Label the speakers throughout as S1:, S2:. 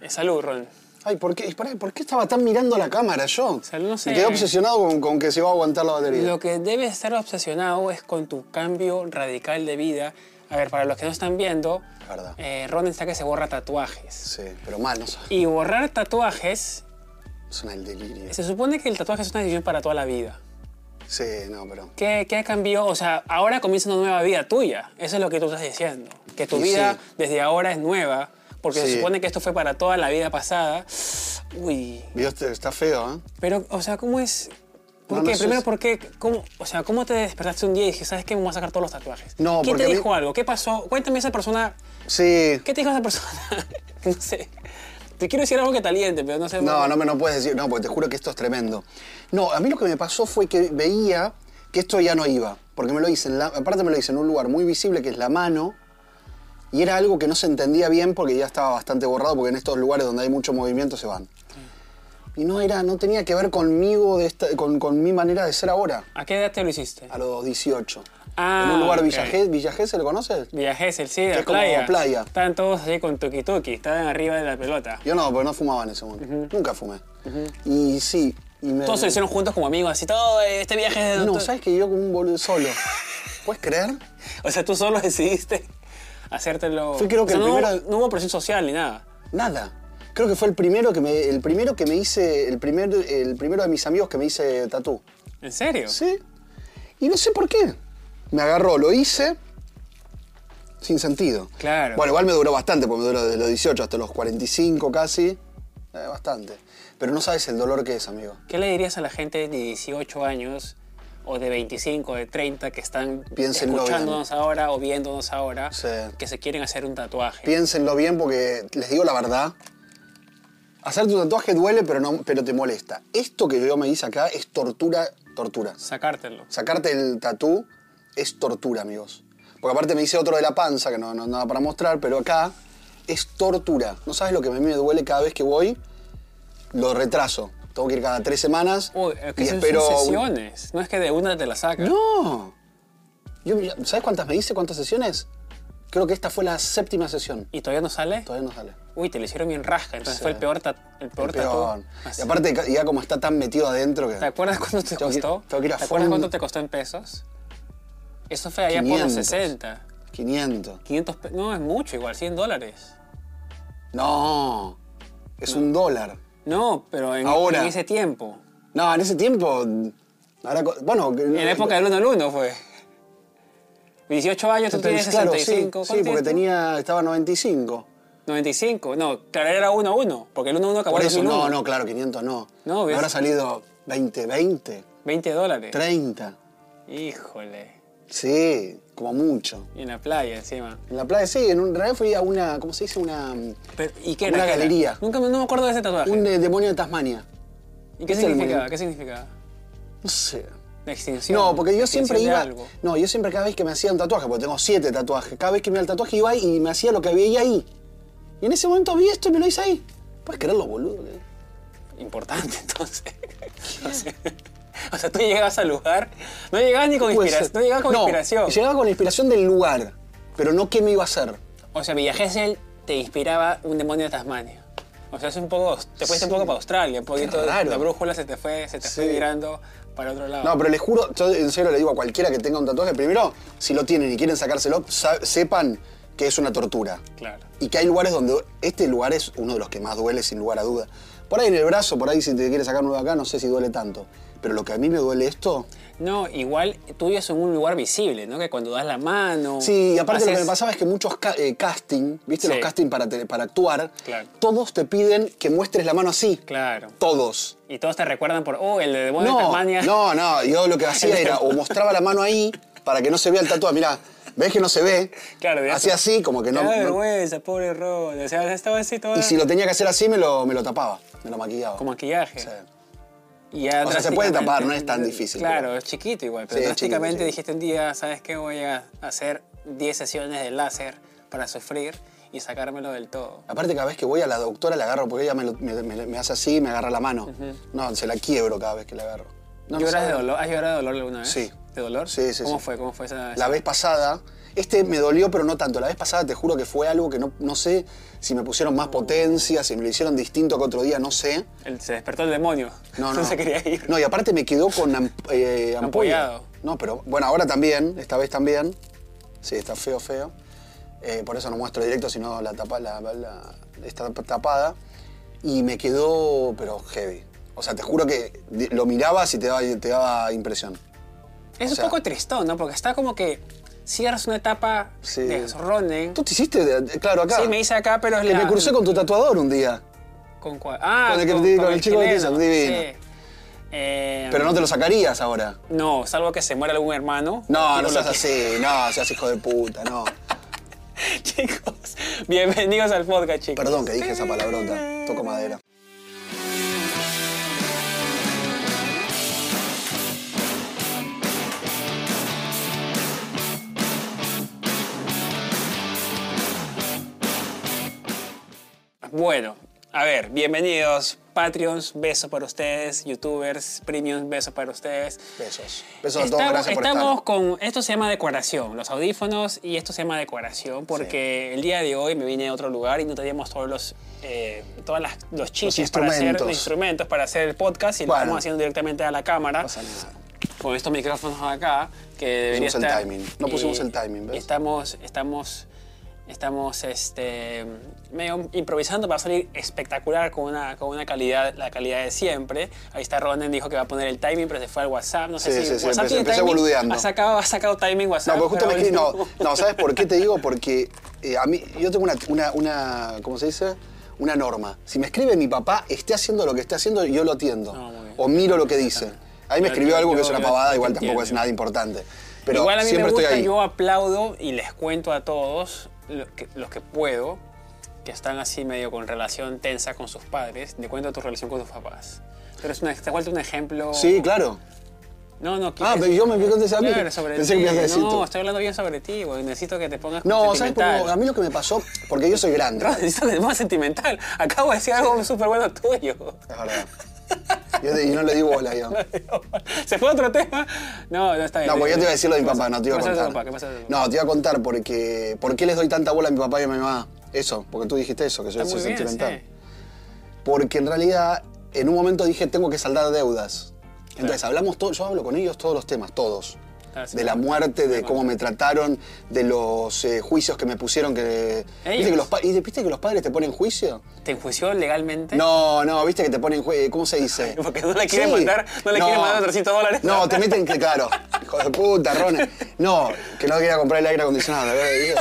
S1: Eh, salud, Ron.
S2: Ay, ¿por qué, Pará, ¿por qué estaba tan mirando la cámara yo?
S1: O sea, no sé.
S2: Me quedé obsesionado con, con que se va a aguantar la batería.
S1: Lo que debes estar obsesionado es con tu cambio radical de vida. A ver, para los que no están viendo,
S2: Verdad.
S1: eh, Ron está que se borra tatuajes.
S2: Sí, pero mal, no sabes.
S1: Y borrar tatuajes,
S2: Suena el delirio.
S1: se supone que el tatuaje es una decisión para toda la vida.
S2: Sí, no, pero.
S1: ¿Qué, qué ha cambiado? O sea, ahora comienza una nueva vida tuya. Eso es lo que tú estás diciendo. Que tu
S2: Y
S1: vida
S2: sí.
S1: desde ahora es nueva, porque se
S2: Sí.
S1: supone que esto fue para toda la vida pasada. Uy.
S2: Dios, está feo, ¿eh?
S1: Pero, o sea, ¿cómo es? ¿Por
S2: No, no
S1: qué?
S2: sé
S1: Primero,
S2: si-
S1: ¿por qué? ¿Cómo, o sea, ¿cómo te despertaste un día y dije, ¿sabes qué? Me voy a sacar todos los tatuajes.
S2: No,
S1: ¿Quién
S2: porque
S1: te
S2: a mí-
S1: dijo algo? ¿Qué pasó? Cuéntame esa persona.
S2: Sí.
S1: ¿Qué te dijo esa persona? no sé. Te quiero decir algo que te aliente, pero no sé.
S2: No, no me no puedes decir, no, porque te juro que esto es tremendo. No, a mí lo que me pasó fue que veía que esto ya no iba, porque me lo hice, en la- aparte me lo hice en un lugar muy visible que es la mano, y era algo que no se entendía bien porque ya estaba bastante borrado, porque en estos lugares donde hay mucho movimiento se van. Y no era, no tenía que ver conmigo, de esta- con, con mi manera de ser ahora,
S1: ¿A qué edad te lo hiciste?
S2: a los 18.
S1: Ah,
S2: en un lugar
S1: ok.
S2: Villa G- Villa Gesell, ¿lo conoces?
S1: Villa Gesell, sí, de
S2: Que
S1: la
S2: es como
S1: playa.
S2: playa.
S1: Estaban todos allí con tuki tuki, estaban arriba de la pelota.
S2: Yo no, porque no fumaba en ese momento, nunca fumé. Y sí, y me...
S1: Todos se hicieron juntos como amigos, así todo, eh, este viaje es de
S2: Eh. No,
S1: todo-
S2: ¿sabes que yo como un boludo solo? ¿Puedes creer?
S1: O sea, tú solo decidiste hacértelo.
S2: Fue creo que
S1: O sea,
S2: el
S1: no, hubo-
S2: primero-
S1: no hubo presión social ni nada.
S2: Nada. Creo que fue el primero que me, el primero que me hice, el, primer, el primero de mis amigos que me hice tatú.
S1: ¿En serio?
S2: ¿Sí? Y no sé por qué. Me agarró, lo hice sin sentido.
S1: Claro.
S2: Bueno, igual me duró bastante, porque me duró desde los 18 hasta los 45 casi. Eh, bastante. Pero no sabes el dolor que es, amigo.
S1: ¿Qué le dirías a la gente de 18 años o de 25, de 30 que están
S2: Piénsenlo
S1: escuchándonos ahora o viéndonos ahora
S2: Sí.
S1: que se quieren hacer un tatuaje?
S2: Piénsenlo bien porque les digo la verdad. Hacer tu tatuaje duele, pero, no, pero te molesta. Esto que yo me hice acá es tortura, tortura.
S1: Sacártelo.
S2: Sacarte el tatú es tortura, amigos. Porque aparte me hice otro de la panza, que no, no nada para mostrar, pero acá es tortura. No sabes lo que a mí me duele cada vez que voy, lo retraso. Tengo que ir cada tres semanas
S1: Uy, es que
S2: y
S1: son
S2: espero...
S1: son sesiones. No es que de una te la sacas.
S2: ¡No! Yo, ¿Sabes cuántas me hice? ¿Cuántas sesiones? Creo que esta fue la séptima sesión.
S1: ¿Y todavía no sale?
S2: Todavía no sale.
S1: Uy, te lo hicieron bien rasca, entonces
S2: Sí.
S1: fue el peor, ta- el peor
S2: El peor.
S1: tatu.
S2: Y
S1: Así.
S2: aparte ca- ya como está tan metido adentro que...
S1: ¿Te acuerdas cuánto te
S2: Tengo que-
S1: costó?
S2: tengo que ir a
S1: ¿Te acuerdas
S2: fondo.
S1: cuánto te costó en pesos? Eso fue allá por los
S2: 500.
S1: 60.
S2: 500.
S1: 500 pe- No, es mucho igual, 100 dólares.
S2: No. Es un dólar.
S1: No, pero en,
S2: Ahora.
S1: en ese tiempo.
S2: No, en ese tiempo... ahora co- bueno, que-
S1: En la época del 1 al 1 fue. 18 años, tú tienes
S2: Entonces, claro,
S1: 65.
S2: sí,
S1: ¿cuánto
S2: sí, porque
S1: tienes
S2: tenía, estaba 95.
S1: tú? 95. No, claro, era 1 a 1. Porque el 1 a 1 acabó
S2: Por
S1: en
S2: eso,
S1: 2001.
S2: no, no, claro, 500 no.
S1: No,
S2: Me
S1: ves.
S2: habrá salido 20, 20,
S1: 20 dólares.
S2: 30.
S1: Híjole.
S2: Sí, como mucho.
S1: Y en la playa encima.
S2: En la playa, sí, en un en realidad fui a una, ¿cómo se dice? Una,
S1: Pero, ¿Y qué
S2: Una
S1: era? ¿Qué era?
S2: galería.
S1: Nunca me, no me acuerdo de ese tatuaje.
S2: un eh, demonio de Tasmania.
S1: ¿Y qué
S2: es el
S1: significaba?
S2: muñe-
S1: ¿Qué significaba?
S2: No sé.
S1: La extinción.
S2: No, porque yo
S1: Extinción
S2: siempre
S1: de
S2: iba.
S1: algo.
S2: No, yo siempre cada vez que me hacía un tatuaje, porque tengo siete tatuajes, cada vez que me iba al tatuaje iba y me hacía lo que había ahí, ahí. Y en ese momento vi esto y me lo hice ahí. Puedes creerlo, boludo. que-
S1: Importante, entonces. O sea, o sea, tú llegabas al lugar, no llegabas ni con,
S2: Puede
S1: inspira-
S2: ser.
S1: no llegabas con
S2: Pues, No,
S1: inspiración.
S2: Llegaba con la inspiración del lugar, pero no qué me iba a hacer.
S1: O sea, Villa Gesell te inspiraba un demonio de Tasmania. O sea, es un poco, te fuiste un poco para Australia, un poquito
S2: raro.
S1: la brújula se te fue, se te fue
S2: Sí.
S1: virando para otro lado.
S2: No, pero les juro, yo en serio le digo a cualquiera que tenga un tatuaje, primero, si lo tienen y quieren sacárselo, sa- sepan que es una tortura.
S1: Claro.
S2: Y que hay lugares donde este lugar es uno de los que más duele, sin lugar a duda. Por ahí en el brazo, por ahí si te quieres sacar uno de acá, no sé si duele tanto. Pero lo que a mí me duele esto,
S1: No, igual tú vives en un lugar visible, ¿no? Que cuando das la mano.
S2: Sí, y aparte lo que
S1: haces-
S2: me pasaba es que muchos ca- eh, casting, ¿viste?
S1: Sí.
S2: Los casting para, tele- para actuar,
S1: Claro.
S2: todos te piden que muestres la mano así.
S1: Claro.
S2: Todos.
S1: Y todos te recuerdan por, oh, el de demonio de
S2: No,
S1: Tasmania.
S2: no, no, yo lo que hacía era o mostraba la mano ahí para que no se vea el tatuaje, mirá, ves que no se ve,
S1: Claro, mirá.
S2: hacía así como que
S1: Qué
S2: no, no-
S1: vergüenza, pobre Ron. O sea, estaba así todo.
S2: y si lo tenía que hacer así me lo, me lo tapaba, me lo maquillaba.
S1: Con maquillaje.
S2: Sí.
S1: Y ya
S2: O sea, se puede
S1: drásticamente-
S2: tapar, no es tan difícil,
S1: Claro,
S2: pero-
S1: es chiquito igual, pero
S2: Sí, es
S1: drásticamente
S2: chiquito, sí.
S1: dijiste un día, ¿sabes qué? Voy a hacer 10 sesiones de láser para sufrir y sacármelo del todo.
S2: Aparte cada vez que voy a la doctora la agarro porque ella me, lo- me- me- me hace así y me agarra la mano. No, se la quiebro cada vez que la agarro. No, no
S1: ¿Lloras de
S2: saben.
S1: dolor? ¿Has llorado de dolor alguna vez?
S2: Sí.
S1: ¿De dolor?
S2: Sí, sí,
S1: ¿Cómo
S2: sí.
S1: fue? ¿Cómo fue esa...?
S2: La vez pasada Este me dolió, pero no tanto. La vez pasada te juro que fue algo que no, no sé si me pusieron más potencia, si me lo hicieron distinto que otro día, no sé.
S1: Él se despertó el demonio.
S2: No, no.
S1: se quería ir.
S2: No, y aparte me quedó con am- eh, ampolla.
S1: Ampollado.
S2: No, pero bueno, ahora también, esta vez también. Sí, está feo, feo. Eh, por eso no muestro directo, sino la tapa, la, la- está tapada. Y me quedó, pero heavy. O sea, te juro que di- lo mirabas y te daba, te daba impresión.
S1: Es
S2: o sea-
S1: un poco tristón, ¿no? Porque está como que cierras una etapa
S2: Sí.
S1: de running.
S2: Tú te hiciste, de- de- claro, acá.
S1: Sí, me hice acá, pero es
S2: Que
S1: la-
S2: me crucé con tu tatuador un día.
S1: ¿Con cuál? Ah,
S2: Con el que te- con el chico que te
S1: chileno,
S2: hizo, divino.
S1: sí. Eh,
S2: Pero no te lo sacarías ahora.
S1: No, salvo que se muera algún hermano.
S2: No, no
S1: Digo,
S2: seas
S1: lo
S2: así, no, seas hijo de puta, no.
S1: que- Chicos, bienvenidos al podcast, chicos.
S2: Perdón que dije esa palabrota, toco madera.
S1: Bueno, a ver, bienvenidos. Patreons, besos para ustedes. Youtubers, premiums, besos para ustedes.
S2: Besos. Besos a todos,
S1: Estamos-
S2: gracias por
S1: estamos
S2: estar.
S1: con. Esto se llama decoración, los audífonos y esto se llama decoración porque el día de hoy me vine a otro lugar y no teníamos todos los. eh, todas las, los chiches para hacer
S2: instrumentos.
S1: los instrumentos para hacer el podcast y
S2: Bueno.
S1: lo estamos haciendo directamente a la cámara
S2: Pasa nada.
S1: con estos micrófonos acá que debería
S2: Pusimos el
S1: estar-
S2: timing. No pusimos el timing, ¿ves?
S1: Estamos, estamos, estamos, este, medio improvisando para salir espectacular con una, con una calidad, la calidad de siempre. Ahí está Ronen dijo que va a poner el timing, pero se fue al WhatsApp. No sé
S2: Sí,
S1: si
S2: sí, sí,
S1: WhatsApp
S2: empecé-
S1: tiene
S2: empecé
S1: timing.
S2: boludeando.
S1: Ha sacado, ha sacado timing WhatsApp.
S2: No, pues justo me
S1: pero
S2: escribí- no,
S1: no.
S2: no, ¿sabes por qué te digo? Porque eh, a mí, yo tengo una, una, una, ¿cómo se dice? Una norma. Si me escribe mi papá, esté haciendo lo que esté haciendo, yo lo atiendo.
S1: No, Ah, muy bien.
S2: o miro lo que dice. Ahí me
S1: Yo-
S2: escribió algo que
S1: yo-
S2: es una
S1: yo-
S2: pavada,
S1: yo
S2: igual
S1: te
S2: tampoco es
S1: entiendo.
S2: nada importante. Pero
S1: Igual a mí
S2: siempre
S1: me gusta,
S2: estoy ahí.
S1: yo aplaudo y les cuento a todos lo que- los que puedo, que están así medio con relación tensa con sus padres, le cuento tu relación con tus papás. Pero es una, te falta un ejemplo.
S2: Sí, claro.
S1: No, no,
S2: Ah, pero yo me fui con ese amigo.
S1: Claro, sobre
S2: Pensé que
S1: ti.
S2: me ibas a decir
S1: No,
S2: tú.
S1: estoy hablando bien sobre ti, güey. Necesito que te pongas
S2: No, ¿sabes cómo?
S1: sentimental.
S2: A mí lo que me pasó, porque yo soy grande.
S1: Bro, necesito que te pongas sentimental. Acabo de decir algo súper bueno tuyo.
S2: Es verdad. Yo te- y no le di bola yo.
S1: ¿Se fue a otro tema? No, no está bien.
S2: No, porque yo te iba a decir lo de mi
S1: ¿Qué
S2: papá,
S1: pasa?
S2: no te iba a
S1: ¿Qué pasa de tu
S2: contar.
S1: papá? ¿Qué pasa de tu papá?
S2: No, te iba a contar porque. ¿Por qué les doy tanta bola a mi papá y a mi mamá? Eso, porque tú dijiste eso, que soy
S1: Está
S2: soy
S1: muy bien,
S2: sentimental.
S1: sí.
S2: Porque en realidad, en un momento dije, tengo que saldar deudas. Entonces, hablamos todo, yo hablo con ellos todos los temas, todos.
S1: Ah, sí.
S2: de la muerte, de cómo me trataron, de los eh, juicios que me pusieron que. ¿Viste que,
S1: Ellos.
S2: los pa- y de- ¿Viste que los padres te ponen juicio?
S1: ¿Te enjuició legalmente?
S2: No, no, viste que te ponen, jue- ¿cómo se dice?
S1: Porque no le quieren mandar- no le quieren mandar 300 dólares.
S2: No, te meten, que- claro, hijo de puta, Rone. No, que no quería comprar el aire acondicionado, la verdad, Dios.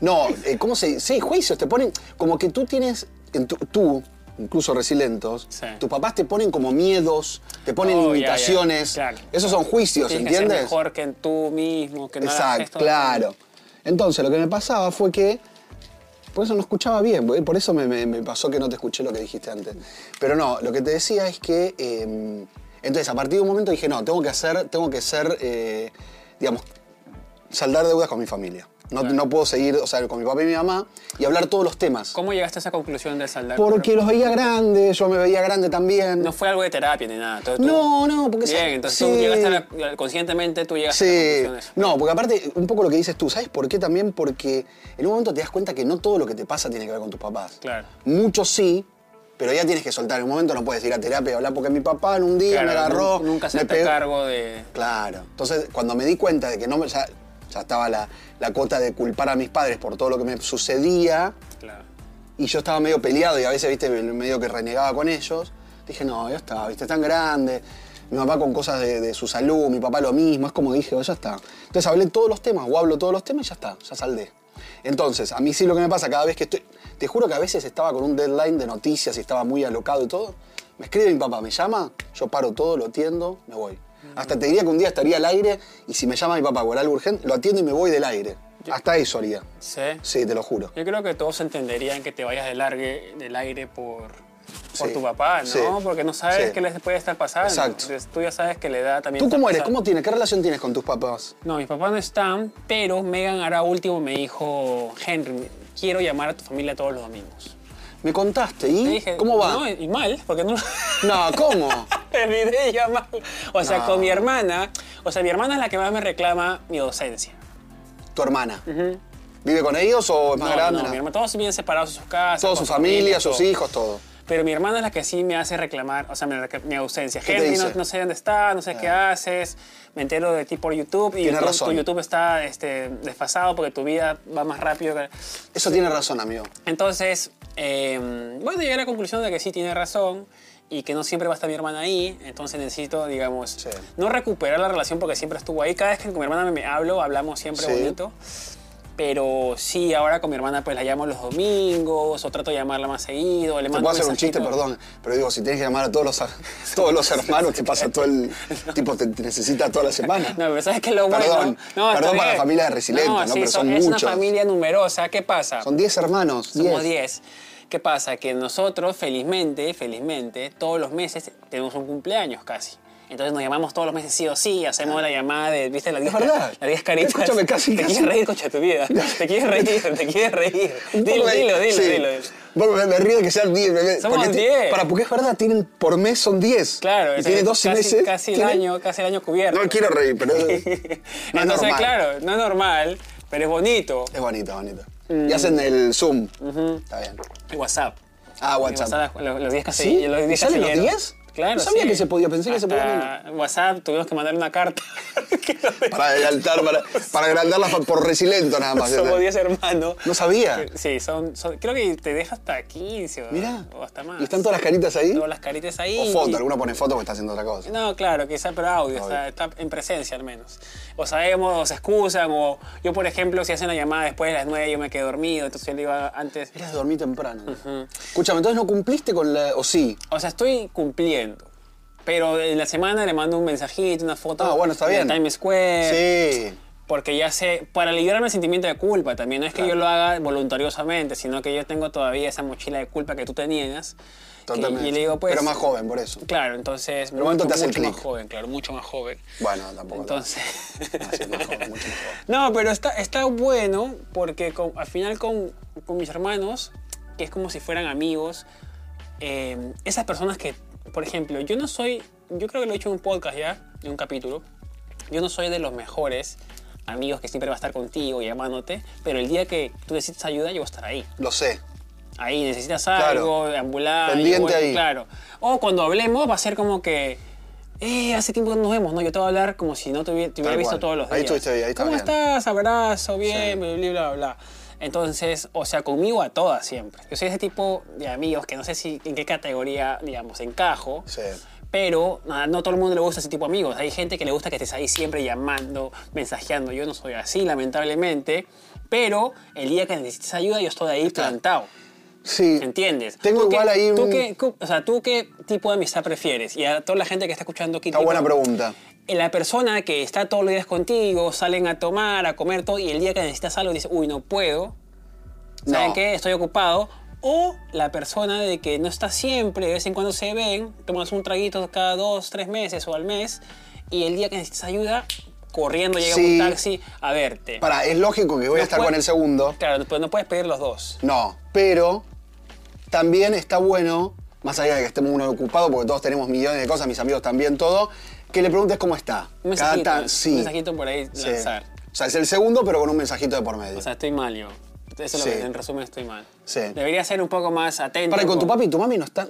S2: No, eh, ¿cómo se dice? Sí, juicios, te ponen, como que tú tienes, en tu- tú, incluso resilentos,
S1: Sí.
S2: tus papás te ponen como miedos, te ponen
S1: Oh, ya, ya,
S2: limitaciones.
S1: claro.
S2: Esos son juicios,
S1: Tienes que ser
S2: ¿entiendes?
S1: mejor que tú mismo, que no hagas
S2: Exacto,
S1: esto.
S2: claro. Entonces, lo que me pasaba fue que. Por eso no escuchaba bien, porque por eso me, me- me pasó que no te escuché lo que dijiste antes. Pero no, lo que te decía es que. eh, entonces, a partir de un momento dije, no, tengo que hacer, tengo que ser, eh, digamos, saldar deudas con mi familia. No, no puedo seguir, o sea, con mi papá y mi mamá y hablar todos los temas.
S1: ¿Cómo llegaste a esa conclusión de saldar?
S2: Porque los veía grandes, yo me veía grande también.
S1: No fue algo de terapia ni nada. Entonces tú-
S2: No, no, porque
S1: Bien,
S2: sí.
S1: entonces
S2: Sí.
S1: tú llegaste a la- conscientemente tú llegaste a la
S2: Sí,
S1: conclusión de eso.
S2: no, porque aparte, un poco lo que dices tú, ¿sabes por qué también? Porque en un momento te das cuenta que no todo lo que te pasa tiene que ver con tus papás.
S1: Claro.
S2: Mucho sí, pero ya tienes que soltar. En un momento no puedes ir a terapia y hablar porque mi papá en un día
S1: Claro,
S2: me agarró.
S1: nun- Nunca se
S2: me
S1: te
S2: pegó.
S1: cargo de.
S2: Claro. Entonces, cuando me di cuenta de que no me. Ya, ya estaba la, la cuota de culpar a mis padres por todo lo que me sucedía
S1: Claro.
S2: y yo estaba medio peleado y a veces, viste, medio que renegaba con ellos. Dije, no, ya está, viste, tan grande. Mi mamá con cosas de, de su salud, mi papá lo mismo, es como dije, "Oh, ya está. Entonces hablé todos los temas, o hablo todos los temas y ya está, ya saldé. Entonces, a mí sí lo que me pasa cada vez que estoy. Te juro que a veces estaba con un deadline de noticias y estaba muy alocado y todo. Me escribe mi papá, me llama, yo paro todo, lo atiendo, me voy. Hasta te diría que un día estaría al aire y si me llama mi papá por algo urgente, lo atiendo y me voy del aire. Hasta eso haría.
S1: Sí.
S2: Sí, te lo juro.
S1: Yo creo que todos entenderían que te vayas de largue- del aire por, por
S2: Sí.
S1: tu papá, ¿no?
S2: Sí.
S1: Porque no sabes
S2: Sí.
S1: qué les puede estar pasando.
S2: Exacto.
S1: Entonces, tú ya sabes que la edad también.
S2: ¿Tú
S1: está
S2: cómo eres?
S1: pasando.
S2: ¿Cómo tienes? ¿Qué relación tienes con tus papás?
S1: No, mis papás no están, pero Megan ahora último me dijo, Henry, quiero llamar a tu familia todos los domingos.
S2: Me contaste,
S1: Y
S2: ¿y
S1: dije,
S2: ¿Mm? cómo va?
S1: No, eh. y mal, porque no...
S2: No, ¿cómo?
S1: Me olvidé llamar. O sea,
S2: No.
S1: con mi hermana, o sea, mi hermana es la que más me reclama mi docencia.
S2: tu hermana. ¿Vive con ellos o es más
S1: No,
S2: grande?
S1: no,
S2: Nada.
S1: mi hermano, todos bien separados de sus casas.
S2: Toda
S1: con
S2: su familia,
S1: todo.
S2: sus hijos, todo.
S1: Pero mi hermana es la que sí me hace reclamar, o sea, mi, mi ausencia.
S2: ¿Qué te
S1: Henry,
S2: dice? Ah.
S1: no, no sé dónde está, no sé qué haces, me entero de ti por YouTube y
S2: Tienes
S1: YouTube-
S2: razón.
S1: tu YouTube está este, desfasado porque tu vida va más rápido. que-
S2: Eso tiene razón, amigo.
S1: Entonces, eh, bueno, llegué a la conclusión de que sí tiene razón y que no siempre va a estar mi hermana ahí, entonces necesito, digamos,
S2: Sí.
S1: no recuperar la relación porque siempre estuvo ahí. Cada vez que con mi hermana me, me hablo, hablamos siempre
S2: Sí.
S1: bonito. Pero sí, ahora con mi hermana pues la llamo los domingos o trato de llamarla más seguido, le
S2: Te
S1: mando
S2: puedo hacer un chiste,
S1: mensajito.
S2: perdón, pero digo, si tienes que llamar a todos los, todos los hermanos, te pasa todo el. Tipo, te, te necesita toda la semana.
S1: No, pero ¿sabes qué es lo bueno?
S2: Perdón,
S1: no, está
S2: perdón para
S1: bien.
S2: la familia de Resiliente, ¿no?
S1: sí,
S2: Pero son
S1: es
S2: muchos.
S1: una familia numerosa. ¿Qué pasa?
S2: Son 10 hermanos.
S1: Somos 10.
S2: 10.
S1: ¿Qué pasa? Que nosotros, felizmente, felizmente, todos los meses tenemos un cumpleaños casi. Entonces nos llamamos todos los meses sí o sí, hacemos la llamada de, ¿viste? Las 10
S2: verdad.
S1: las 10 caritas.
S2: Escúchame, casi,
S1: Te
S2: casi.
S1: quieres reír, coche, de tu vida. Te quieres reír, te quieres reír.
S2: Un poco
S1: Dilo,
S2: de-
S1: dilo, dilo,
S2: sí.
S1: dilo.
S2: Bueno, me, me río de que sean 10. me- me-
S1: Somos
S2: porque ti-
S1: 10.
S2: Para, porque es verdad, tienen, por mes son 10.
S1: Claro,
S2: Y
S1: es-
S2: tiene 12
S1: casi,
S2: meses.
S1: Casi el,
S2: tiene-
S1: año, casi el año cubierto.
S2: No quiero reír, pero. es- no es
S1: Entonces,
S2: normal.
S1: claro, no es normal, pero es bonito.
S2: Es bonito, bonito.
S1: Mm.
S2: Y hacen el Zoom. Está bien.
S1: WhatsApp.
S2: Ah,
S1: Y
S2: WhatsApp.
S1: Eh, los, los 10 casi.
S2: ¿Sí?
S1: Los 10
S2: ¿Salen los
S1: casilleros.
S2: 10?
S1: Claro.
S2: No sabía
S1: sí.
S2: que se podía, pensé que se podía
S1: Hasta WhatsApp tuvimos que mandar una carta. Que no-
S2: Para adelantar, para, para agrandar la fa- por resilento nada más.
S1: Somos 10 hermanos.
S2: No sabía.
S1: Sí, son, son- creo que te deja hasta 15 o,
S2: Mirá.
S1: o hasta más.
S2: ¿Y están todas las caritas ahí?
S1: Todas las caritas ahí.
S2: O foto,
S1: y-
S2: alguno pone foto porque está haciendo otra cosa.
S1: No, claro, quizá, pero audio,
S2: Obvio.
S1: está, está en presencia al menos. O sabemos, o se excusan, o yo, por ejemplo, si hacen la llamada después de las 9, yo me quedé dormido, entonces yo le iba antes.
S2: Eras de dormir temprano. Escúchame, entonces no cumpliste con la. o sí.
S1: O sea, estoy cumpliendo. Pero en la semana le mando un mensajito, una foto.
S2: Ah, bueno, está
S1: de
S2: bien.
S1: Times Square. Eh.
S2: Sí.
S1: Porque ya sé, para liberarme el sentimiento de culpa también, no es que yo lo haga voluntariosamente, sino que yo tengo todavía esa mochila de culpa que tú te niegas. que-
S2: Totalmente.
S1: y le digo, pues.
S2: Pero más joven, por eso.
S1: Claro, entonces.
S2: el momento te hace el
S1: mucho más
S2: clic.
S1: joven, claro, mucho más joven.
S2: Bueno, tampoco.
S1: Entonces.
S2: No, sí, es más joven, mucho más joven.
S1: No, pero está, está bueno porque con- al final con, con mis hermanos, que es como si fueran amigos, eh, esas personas que, por ejemplo, yo no soy, yo creo que lo he hecho en un podcast ya, en un capítulo, yo no soy de los mejores amigos que siempre va a estar contigo y llamándote, pero el día que tú necesitas ayuda, yo voy a estar ahí.
S2: Lo sé.
S1: Ahí necesitas
S2: Claro.
S1: algo, ambulancia.
S2: Pendiente
S1: bueno,
S2: ahí.
S1: Claro. O cuando hablemos va a ser como que, eh, hace tiempo que no nos vemos, ¿no? Yo te voy a hablar como si no te hubiera, te hubiera
S2: Tal
S1: visto
S2: cual.
S1: todos los días.
S2: Ahí estuviste bien, ahí está
S1: ¿Cómo
S2: bien.
S1: estás? Abrazo, bien, bla, bla, bla, bla. Entonces, o sea, conmigo a todas siempre. Yo soy ese tipo de amigos que no sé si en qué categoría, digamos, encajo.
S2: Sí.
S1: Pero nada, no todo el mundo le gusta ese tipo de amigos. Hay gente que le gusta que estés ahí siempre llamando, mensajeando. Yo no soy así, lamentablemente. Pero el día que necesites ayuda, yo estoy ahí plantado.
S2: Sí.
S1: ¿Entiendes?
S2: Tengo
S1: ¿Tú qué-
S2: igual ahí
S1: ¿tú
S2: un-
S1: qué, cu- o sea, ¿tú qué tipo de amistad prefieres? Y a toda la gente que está escuchando aquí.
S2: Está
S1: tipo,
S2: buena pregunta.
S1: eh, La persona que está todos los días contigo, salen a tomar, a comer todo, y el día que necesitas algo dices, uy, no puedo. ¿Saben
S2: No.
S1: qué? Estoy ocupado. O la persona de que no está siempre, de vez en cuando se ven, tomas un traguito cada dos, tres meses o al mes, y el día que necesitas ayuda, corriendo llega
S2: Sí.
S1: un taxi a verte.
S2: Para, es lógico que voy a
S1: No
S2: estar
S1: puede-
S2: con el segundo.
S1: Claro, pero no puedes pedir los dos.
S2: No, pero también está bueno, más allá de que estemos uno ocupado, porque todos tenemos millones de cosas, mis amigos también, todo, que le preguntes cómo está.
S1: Un
S2: Cada
S1: mensajito,
S2: tan-
S1: un
S2: sí,
S1: mensajito por ahí
S2: sí.
S1: lanzar.
S2: O sea, es el segundo, pero con un mensajito de por medio.
S1: O sea, estoy mal yo. Eso es lo
S2: Sí.
S1: que en resumen estoy mal.
S2: Sí.
S1: Debería ser un poco más atento.
S2: Para, ¿y con tu
S1: con-
S2: papi y tu mami no están.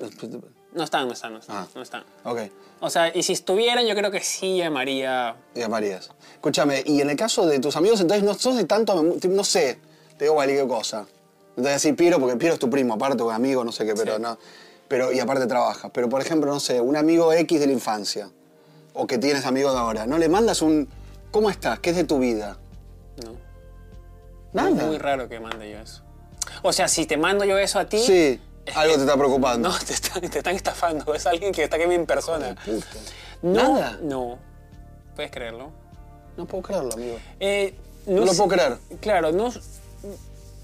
S1: No están, no están, no están.
S2: Ah.
S1: no están.
S2: Ok,
S1: O sea, y si estuvieran, yo creo que sí llamaría.
S2: ya Marías. Escúchame, y en el caso de tus amigos, entonces no sos de tanto. mem- No sé, te digo cualquier cosa. No te voy a decir Piero, porque Piero es tu primo, aparte, porque amigo, no sé qué, pero
S1: Sí.
S2: no. Pero, y aparte trabajas. Pero, por ejemplo, no sé, un amigo X de la infancia, o que tienes amigo de ahora, ¿no le mandas un. ¿Cómo estás? ¿Qué es de tu vida?
S1: No.
S2: Nada.
S1: Es muy raro que mande yo eso. O sea, si te mando yo eso a ti.
S2: Sí,
S1: es
S2: algo
S1: que-
S2: te está preocupando.
S1: No, te están, te están estafando. Es alguien que está aquí en persona.
S2: Puta.
S1: No,
S2: Nada.
S1: No. Puedes creerlo.
S2: No puedo creerlo, amigo.
S1: Eh,
S2: No lo
S1: sé-
S2: puedo creer.
S1: Claro, no,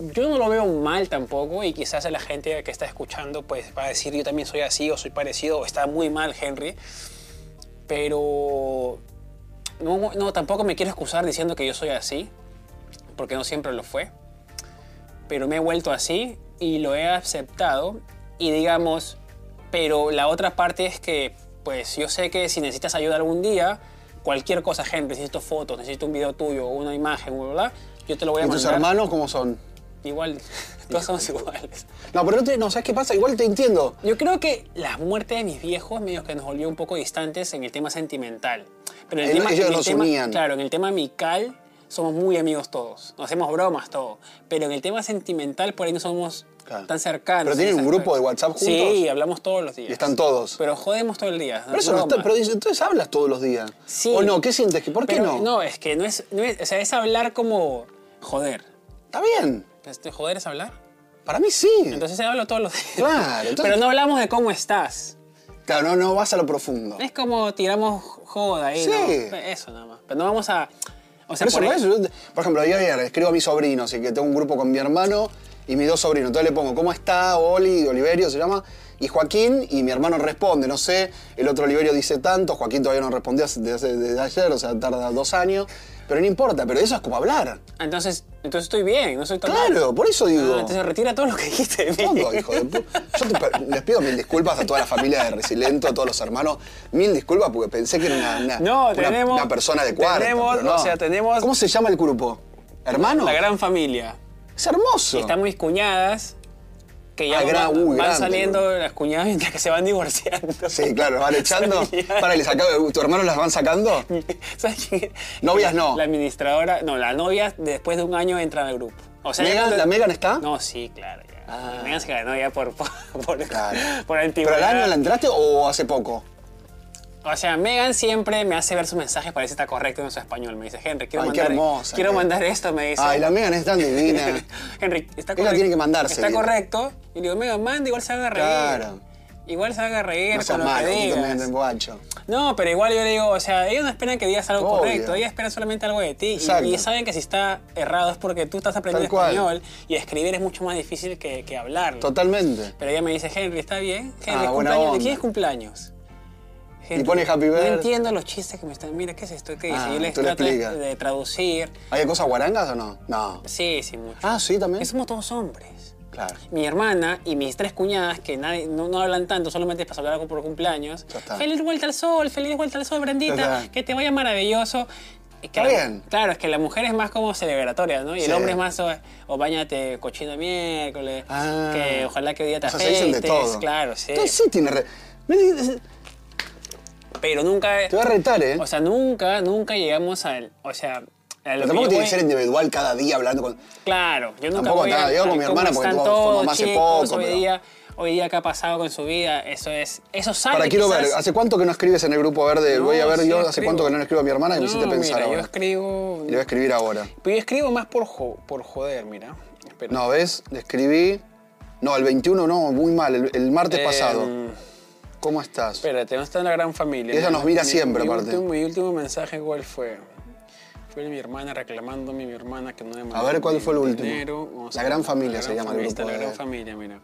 S1: yo no lo veo mal tampoco y quizás a la gente que está escuchando pues va a decir yo también soy así o soy parecido o está muy mal Henry, pero no, no, tampoco me quiero excusar diciendo que yo soy así, porque no siempre lo fue, pero me he vuelto así y lo he aceptado y digamos, pero la otra parte es que pues yo sé que si necesitas ayuda algún día, cualquier cosa, Henry, necesito fotos, necesito un video tuyo, una imagen, bla, bla, bla, Yo te lo voy a
S2: ¿Y tus
S1: mandar.
S2: hermanos cómo son?
S1: Igual, todos somos iguales.
S2: No, pero no, te- no, ¿sabes qué pasa? Igual te entiendo.
S1: Yo creo que la muerte de mis viejos medio que nos volvió un poco distantes en el tema sentimental. Pero en el
S2: Ellos-
S1: tema,
S2: ellos
S1: en el
S2: nos
S1: tema-
S2: unían.
S1: Claro, en el tema amical somos muy amigos todos. Nos hacemos bromas todo. Pero en el tema sentimental por ahí no somos
S2: Claro.
S1: tan cercanos.
S2: Pero tienen un
S1: Exacto.
S2: grupo de WhatsApp juntos.
S1: Sí, hablamos todos los días.
S2: Y están todos.
S1: Pero jodemos todo el día.
S2: Pero eso no está-
S1: bromas.
S2: pero dice- entonces hablas todos los días.
S1: Sí.
S2: ¿O no? ¿Qué sientes? que ¿Por qué
S1: Pero
S2: no?
S1: No, es que no es, no es- O sea, es hablar como joder.
S2: Está bien.
S1: Este, ¿Joder es hablar?
S2: Para mí sí.
S1: Entonces hablo todos los días.
S2: Claro, entonces-
S1: Pero no hablamos de cómo estás.
S2: claro, no, no vas a lo profundo.
S1: Es como tiramos joda ahí,
S2: Sí.
S1: ¿no? Eso nada más. Pero no vamos a. O sea,
S2: Pero eso
S1: por
S2: no
S1: ahí-
S2: es- yo te- por ejemplo, yo ayer escribo a mis sobrinos y que tengo un grupo con mi hermano y mis dos sobrinos. Entonces le pongo, ¿cómo está? Oli, Oliverio se llama. Y Joaquín, y mi hermano responde, no sé, el otro Oliverio dice tanto, Joaquín todavía no respondió hace- desde, desde ayer, o sea, tarda dos años, pero no importa, pero eso es como hablar.
S1: entonces, entonces estoy bien, no soy tan mal.
S2: Claro, por eso digo.
S1: Ah, entonces retira todo lo que dijiste de mí.
S2: Todo, hijo de pu- Yo te per- les pido mil disculpas a toda la familia de Resilento, a todos los hermanos. Mil disculpas porque pensé que era una, una-
S1: No,
S2: una-
S1: tenemos-
S2: una persona de cuarto.
S1: tenemos,
S2: pero no.
S1: o sea, tenemos-
S2: ¿Cómo se llama el grupo? ¿Hermano?
S1: La gran familia.
S2: Es hermoso.
S1: Están mis cuñadas. Que ya
S2: Ah,
S1: van,
S2: gran- uy,
S1: van
S2: grande,
S1: saliendo las cuñadas mientras que se van divorciando.
S2: Sí, claro, van echando. Para, les acabo- ¿tu hermano las van sacando?
S1: ¿Sabes quién?
S2: Novias no.
S1: La administradora, no, la novia después de un año entra al grupo. O sea,
S2: Megan,
S1: ya-
S2: ¿la Megan está?
S1: No, sí, claro. Ya.
S2: Ah.
S1: Megan se ganó ya por, por, por,
S2: Claro.
S1: por
S2: ¿Pero
S1: antigüedad.
S2: al año la entraste o hace poco?
S1: O sea, Megan siempre me hace ver sus mensajes para ver si está correcto en su español. Me dice, Henry, quiero,
S2: Ay, qué
S1: mandar, e-".
S2: hermosa,
S1: quiero
S2: Megan.
S1: mandar esto, me dice.
S2: Ay, la Megan es tan divina.
S1: Henry, está
S2: Ella
S1: correcto.
S2: tiene que mandarse,
S1: Está
S2: digo.
S1: correcto. Y le digo, Megan, manda, igual se haga reír.
S2: Claro.
S1: Igual se haga reír
S2: No seas
S1: con lo
S2: malo,
S1: que
S2: tú
S1: digas.
S2: también eres guacho.
S1: No, pero igual yo le digo, o sea, ellos no esperan que digas algo
S2: Obvio.
S1: correcto, ellos esperan solamente algo de ti.
S2: Exacto.
S1: Y, y saben que si está errado es porque tú estás aprendiendo
S2: Tal cual.
S1: español y escribir es mucho más difícil que, que hablar.
S2: Totalmente.
S1: Pero ella me dice, Henry, ¿está bien? Henry,
S2: Ah,
S1: ¿es
S2: buena
S1: cumpleaños? ¿De
S2: onda.
S1: quién es cumpleaños? Henry,
S2: pone happy
S1: No
S2: birthday.
S1: entiendo los chistes que me están. Mira, ¿qué es esto? ¿Qué dice?
S2: Ah,
S1: yo les
S2: tú le
S1: trato de-
S2: explicas.
S1: de traducir.
S2: ¿Hay cosas guarangas o no? No.
S1: Sí, sí, mucho.
S2: Ah, sí, también.
S1: Que somos todos hombres.
S2: Claro.
S1: Mi hermana y mis tres cuñadas, que nadie, no, no hablan tanto, solamente para hablar algo por cumpleaños.
S2: Ya está.
S1: Feliz vuelta al sol, feliz vuelta al sol,
S2: Ya
S1: Brandita,
S2: está.
S1: que te vaya maravilloso. Es que
S2: Está
S1: la-
S2: bien.
S1: Claro, es que la mujer es más como celebratoria, ¿no? Y
S2: Sí.
S1: el hombre es más, o, o bañate cochino miércoles,
S2: Ah.
S1: que ojalá que hoy día te
S2: O sea, se dicen de
S1: afeites,
S2: todo.
S1: Claro, sí.
S2: Entonces sí tiene re... Te
S1: Pero nunca...
S2: voy a retar, ¿eh?
S1: O sea, nunca, nunca llegamos al... O sea... a lo Ah,
S2: Pero
S1: que
S2: tampoco
S1: yo
S2: tiene que
S1: voy-
S2: ser individual cada día hablando con...
S1: Claro, yo nunca
S2: Tampoco
S1: voy a-
S2: nada, yo con mi
S1: a cómo
S2: hermana, porque
S1: están
S2: tu- tu
S1: todos,
S2: mamá hace
S1: chicos,
S2: poco,
S1: Hoy
S2: pero-
S1: día, hoy día qué ha pasado con su vida, eso es, eso sale.
S2: Para, quiero
S1: quizás-
S2: ver, ¿hace cuánto que no escribes en el grupo verde? voy a
S1: No,
S2: ver
S1: sí
S2: yo, ¿hace
S1: escribo.
S2: cuánto que no le escribo a mi hermana? Que me
S1: No,
S2: hiciste pensar
S1: mira,
S2: ahora.
S1: Yo escribo,
S2: Le voy a escribir ahora.
S1: pero yo escribo más por jo- por joder, mira. Espera.
S2: No, ¿ves? Le escribí... No, el 21 no, muy mal, el, el martes
S1: Eh,
S2: pasado. ¿Cómo estás?
S1: Espérate, no está en la gran familia.
S2: Ella nos mira
S1: Mi-
S2: siempre,
S1: mi
S2: aparte.
S1: Último, mi último mensaje, ¿cuál fue? Fue de mi hermana reclamándome, mi hermana que no me mandó
S2: ver, ¿cuál fue el último?
S1: dinero. Vamos
S2: La
S1: a
S2: Gran
S1: ver,
S2: Familia se
S1: Gran
S2: llama
S1: Familia,
S2: el grupo eh.
S1: está La
S2: de-
S1: gran familia, mira.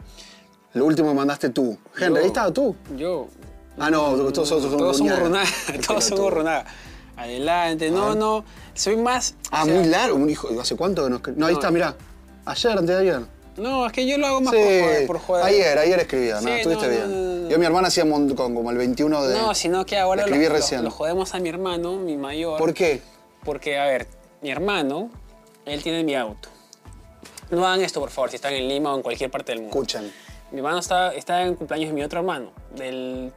S2: Lo último que mandaste tú. Henry,
S1: Yo.
S2: ¿ahí estaba tú?
S1: Yo,
S2: Ah, no, todos somos
S1: Mm, Todos somos runada, todos
S2: son
S1: somos runada. Adelante, no, no, soy más... o
S2: Ah,
S1: sea,
S2: muy largo, un hijo. ¿Hace cuánto que no escribí? No, ahí
S1: No.
S2: está, mirá. Ayer, antes de ayer.
S1: No, es que yo lo hago más
S2: Sí,
S1: por joder, por joder.
S2: Ayer, ayer escribía,
S1: Sí,
S2: no, estuviste
S1: no, no,
S2: bien.
S1: no, no, no.
S2: Yo y mi hermana hacía mon- con- como el 21 de.
S1: No, sino que ahora
S2: le
S1: lo,
S2: escribí
S1: lo-
S2: recién.
S1: lo jodemos a mi hermano, mi mayor.
S2: ¿Por qué?
S1: Porque, a ver, mi hermano, él tiene mi auto. No hagan esto, por favor, si están en Lima o en cualquier parte del mundo.
S2: Escuchan.
S1: Mi hermano está, está en cumpleaños de mi otro hermano, del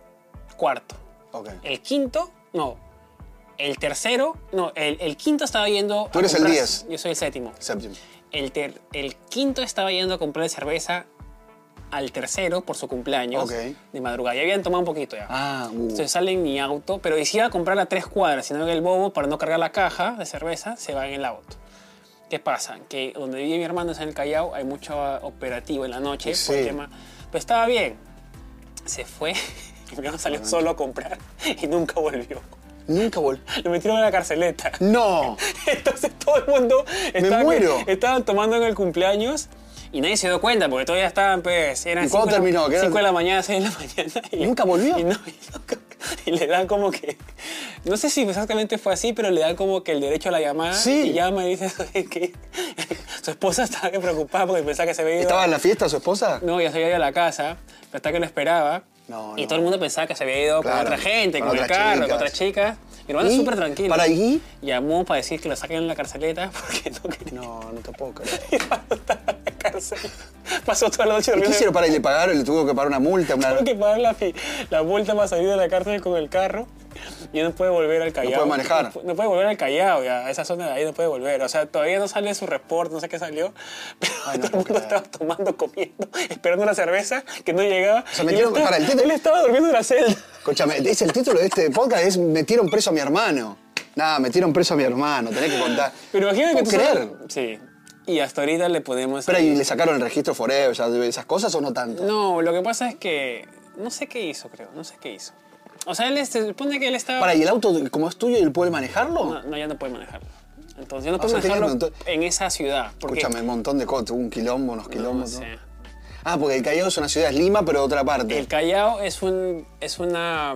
S1: cuarto.
S2: Ok.
S1: El quinto, no. El tercero, no, el, el quinto estaba yendo.
S2: Tú
S1: a
S2: eres el
S1: comprar-
S2: 10.
S1: Yo soy el séptimo.
S2: Séptimo.
S1: El, ter- el quinto estaba yendo a comprar cerveza al tercero por su cumpleaños
S2: Ok.
S1: de madrugada. Ya habían tomado un poquito ya.
S2: Ah, uh.
S1: Entonces sale en mi auto, pero hiciera comprar a tres cuadras, sino que el bobo, para no cargar la caja de cerveza, se va en el auto. ¿Qué pasa? Que donde vive mi hermano es en el Callao, hay mucho ah, operativo en la noche
S2: Sí.
S1: por el tema. Pero estaba bien. Se fue, y mi hermano salió
S2: Ah.
S1: solo a comprar y nunca volvió.
S2: Nunca volví.
S1: Lo metieron en la carceleta.
S2: ¡No!
S1: Entonces todo el mundo estaba-
S2: muero.
S1: estaban tomando en el cumpleaños y nadie se dio cuenta porque todavía estaban, pues, eran
S2: ¿Y cuándo
S1: cinco de la-
S2: terminó? ¿Qué era?
S1: cinco de la mañana, 6 de la mañana. Y,
S2: ¿Nunca volvió?
S1: Y, no- y no- y le dan como que, no sé si exactamente fue así, pero le dan como que el derecho a la llamada
S2: Sí.
S1: y llama y dice "Oye, que su esposa estaba preocupada porque pensaba que se había ido.
S2: ¿Estaba en la fiesta su esposa?
S1: No, ya se había ido a la casa, pero hasta que lo esperaba.
S2: No,
S1: y
S2: no.
S1: todo el mundo pensaba que se había ido
S2: Claro,
S1: con otra gente,
S2: con
S1: con, el
S2: otras
S1: carro,
S2: chicas.
S1: con otra chica. Mi hermano es
S2: ¿Y?
S1: súper tranquilo.
S2: ¿Para allí?
S1: Llamó para decir que lo saquen de la carceleta porque no quería
S2: No, no te puedo creer.
S1: estar en la cárcel. Pasó toda la noche
S2: ¿Y ¿Qué
S1: durmiendo.
S2: hicieron para irle pagar? ¿Le tuvo que pagar una multa? Una...
S1: Tuvo que pagar la, fi- la multa para salir de la cárcel con el carro. Y no puede volver al Callao.
S2: puede manejar.
S1: No, pu- no puede volver al Callao, ya. A esa zona de ahí no puede volver. O sea, todavía no sale su reporte, no sé qué salió. Pero
S2: Ay, no
S1: todo el mundo
S2: puedo creer.
S1: estaba tomando, comiendo, esperando la cerveza que no llegaba.
S2: sea,
S1: Y él
S2: metieron-
S1: estaba-
S2: para, el título-
S1: Él estaba durmiendo en la celda.
S2: Escúchame, es el título de este podcast es Metieron preso a mi hermano. Nada, metieron preso a mi hermano, tenés que contar.
S1: Pero imagínate que tú
S2: ¿Puedo creer?
S1: sabes- Sí. Y hasta ahorita le podemos...
S2: Espera, ¿y le sacaron el registro forever, ya, de esas cosas o no tanto?
S1: No, lo que pasa es que... No sé qué hizo, creo. No sé qué hizo. O sea, él es- se supone que él estaba...
S2: Para, ¿y el auto como es tuyo y él puede manejarlo?
S1: No, no, ya no puede manejarlo. Entonces, ya no
S2: Ah,
S1: puede
S2: o sea, tenía
S1: manejarlo
S2: un montón-
S1: en esa ciudad. Porque,
S2: Escúchame, un montón de cosas, tuvo un quilombo, unos
S1: no
S2: quilombos. ¿no?
S1: sé.
S2: Ah, porque el Callao es una ciudad, es Lima, pero de otra parte.
S1: El Callao es, un, es una.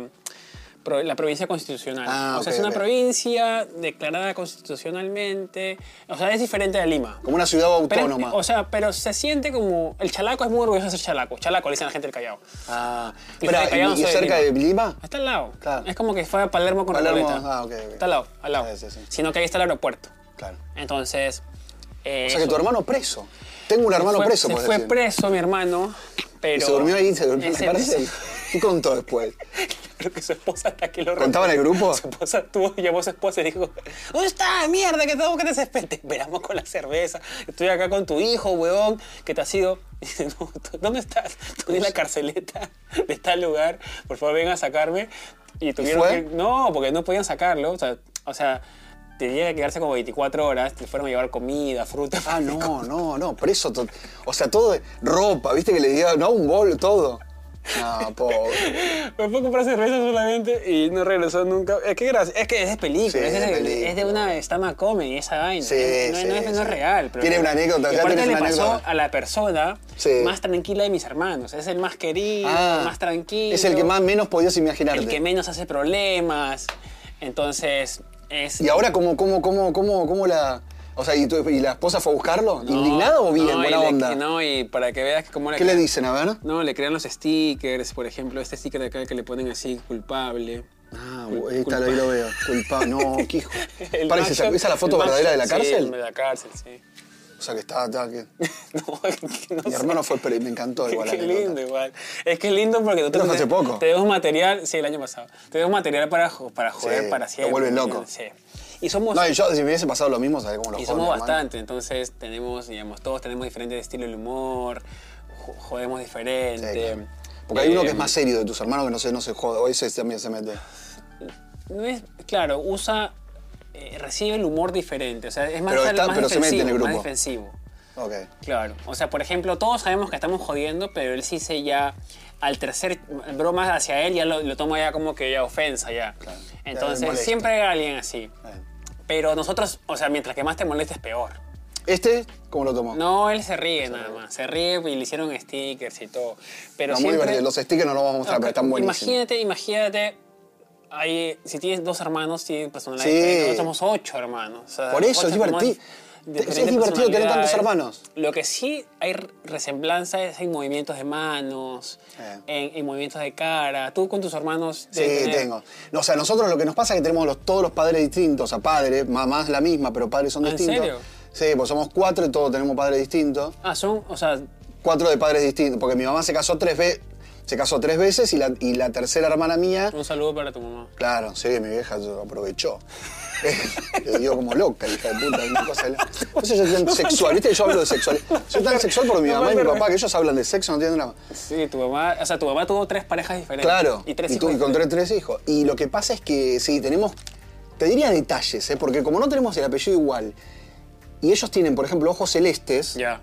S1: pro- La provincia constitucional.
S2: Ah,
S1: o sea,
S2: ok,
S1: es una
S2: ok.
S1: provincia declarada constitucionalmente. O sea, es diferente de Lima.
S2: Como una ciudad
S1: Pero-
S2: autónoma.
S1: o sea, pero se siente como. El chalaco es muy orgulloso de ser chalaco. Chalaco le dicen a la gente del Callao.
S2: ah,
S1: Y
S2: espera,
S1: el Callao
S2: ¿y,
S1: no
S2: y
S1: soy de
S2: cerca de
S1: Lima.
S2: Lima?
S1: Está al lado.
S2: Claro.
S1: Es como que fue a Palermo con
S2: Palermo,
S1: Recoleta.
S2: ah, ok, ok.
S1: Está al lado, al lado.
S2: Sí, sí, sí.
S1: Sino que ahí está el aeropuerto.
S2: Claro.
S1: Entonces. eh,
S2: O sea, que tu
S1: eso-
S2: hermano preso. Tengo un hermano
S1: fue-
S2: preso,
S1: se
S2: podés
S1: fue
S2: decir.
S1: preso mi hermano, pero...
S2: Y se durmió ahí, se durmió en la
S1: Ese-
S2: cárcel. ¿Qué contó después?
S1: Creo que su esposa hasta que lo
S2: ¿Contaba en el grupo?
S1: Su esposa tuvo, llamó a su esposa y dijo, ¿dónde está? Mierda, que tengo que te esper- Te esperamos con la cerveza. Estoy acá con tu hijo, weón, que te has ido. Y dice, no, tú- ¿dónde estás? Estoy en la carceleta de tal lugar. Por favor, ven a sacarme. Y tuvieron
S2: fue?
S1: que... No, porque no podían sacarlo. O sea, o sea, tenía que quedarse como 24 horas. Te fueron a llevar comida, fruta.
S2: Ah, no, no, no, preso. to- O sea, todo, de- ropa, viste que le dio, no, un bol, todo. No, pobre.
S1: Me fue a comprar cerveza solamente y no regresó nunca. Es que gracia- es que es de película,
S2: Sí,
S1: es, de,
S2: es película.
S1: es de una stand-up comedy, esa vaina.
S2: Sí,
S1: Es- no,
S2: sí,
S1: no es, no es
S2: sí.
S1: real. Pero
S2: Tiene una anécdota,
S1: Y
S2: ya
S1: aparte
S2: tienes
S1: le
S2: una
S1: pasó
S2: anécdota.
S1: a la persona
S2: Sí.
S1: más tranquila de mis hermanos. Es el más querido,
S2: Ah,
S1: el más tranquilo.
S2: Es el que más menos podías imaginarte.
S1: El que menos hace problemas. Entonces, es.
S2: Y ahora, ¿cómo, cómo, cómo, cómo, cómo la. O sea, ¿y, tu- y la esposa fue a buscarlo?
S1: No,
S2: ¿Indignado o bien?
S1: no, y
S2: buena
S1: le-
S2: onda.
S1: no, y para que veas cómo le.
S2: ¿Qué le dicen? A ver.
S1: No, le crean los stickers, por ejemplo, este sticker de acá que le ponen así, culpable.
S2: Ah, ahí está, ahí lo veo. Culpa. No, qué hijo.
S1: El
S2: Parece,
S1: macho-
S2: ¿Esa es la foto
S1: el macho-
S2: verdadera de la
S1: sí,
S2: cárcel?
S1: de la cárcel, sí.
S2: O sea, que está. está que-
S1: No, es que no
S2: Mi
S1: sé.
S2: hermano fue, pero me encantó
S1: Qué,
S2: igual. la
S1: qué
S2: anécdota.
S1: lindo, igual. Es que es lindo porque nosotros
S2: fue hace
S1: tenemos-
S2: poco.
S1: tenemos material, sí, el año pasado. Tenemos material para, jo- para joder
S2: Sí,
S1: para
S2: te
S1: siempre.
S2: vuelve
S1: ¿me
S2: loco.
S1: entiendes? Sí. Y somos,
S2: No, y yo, si me hubiese pasado lo mismo, sabía cómo
S1: y
S2: lo jodo, mi
S1: somos
S2: hermano.
S1: bastante, entonces tenemos, digamos, todos tenemos diferentes estilos de humor, jo- jodemos diferente.
S2: Sí, claro. Porque hay uno que es
S1: este, Eh,
S2: más serio de tus hermanos que no sé, no se jode. O ese también se mete.
S1: no es, claro, usa, eh, recibe el humor diferente, o sea, es más,
S2: Pero está-
S1: más
S2: pero se mete en el
S1: defensivo, más
S2: grupo.
S1: defensivo.
S2: Ok.
S1: Claro, o sea, por ejemplo, todos sabemos que estamos jodiendo, pero él sí se ya, al tercer bromas hacia él, ya lo, lo toma ya como que ya ofensa, ya.
S2: Claro. Ya le
S1: Entonces,
S2: molesta.
S1: siempre hay alguien así.
S2: Bien.
S1: Pero nosotros, o sea, mientras que más te molestes, peor.
S2: ¿Este? ¿Cómo lo tomó?
S1: No, él se ríe nada más, se ríe y le hicieron stickers y todo. Pero
S2: No, muy
S1: siempre,
S2: divertido. Los stickers no los vamos a mostrar,
S1: Ok,
S2: pero están buenísimos.
S1: Imagínate, imagínate, ahí, si tienes dos hermanos, tienen personalidades
S2: Sí.
S1: diferentes. Nosotros somos ocho hermanos. o sea,
S2: Por eso,
S1: ocho
S2: es diverti-
S1: hermanos, diferentes
S2: es divertido tener tantos
S1: personalidades.
S2: hermanos.
S1: Lo que sí hay re- resemblanza es en movimientos de manos,
S2: Eh.
S1: en, en movimientos de cara. Tú con tus hermanos...
S2: Sí,
S1: debes tener-
S2: tengo. No, o sea, nosotros lo que nos pasa es que tenemos los- todos los padres distintos, o sea, padres, mamá es la misma, pero padres son
S1: ¿Ah, ¿En
S2: distintos.
S1: serio?
S2: Sí, pues somos cuatro y todos tenemos padres distintos.
S1: Ah, son, o sea,
S2: Cuatro de padres distintos, porque mi mamá se casó tres veces, se casó tres veces y la, y la tercera hermana mía,
S1: un saludo para tu mamá.
S2: claro, sí, mi vieja lo aprovechó. Eh, Le dio como loca, hija de puta, una cosa de la- Por eso yo soy tan sexual, viste, yo hablo de sexual. Soy tan sexual por mi
S1: No,
S2: mamá y mi
S1: pero-
S2: papá, que ellos hablan de sexo, no tienen nada.
S1: Sí, tu mamá, o sea, tu mamá tuvo tres parejas diferentes.
S2: Claro.
S1: Y tres
S2: y, tú,
S1: hijos
S2: y con
S1: diferentes.
S2: tres, tres hijos. Y lo que pasa es que sí, tenemos. Te diría detalles, ¿eh? porque como no tenemos el apellido igual y ellos tienen, por ejemplo, ojos celestes,
S1: Ya.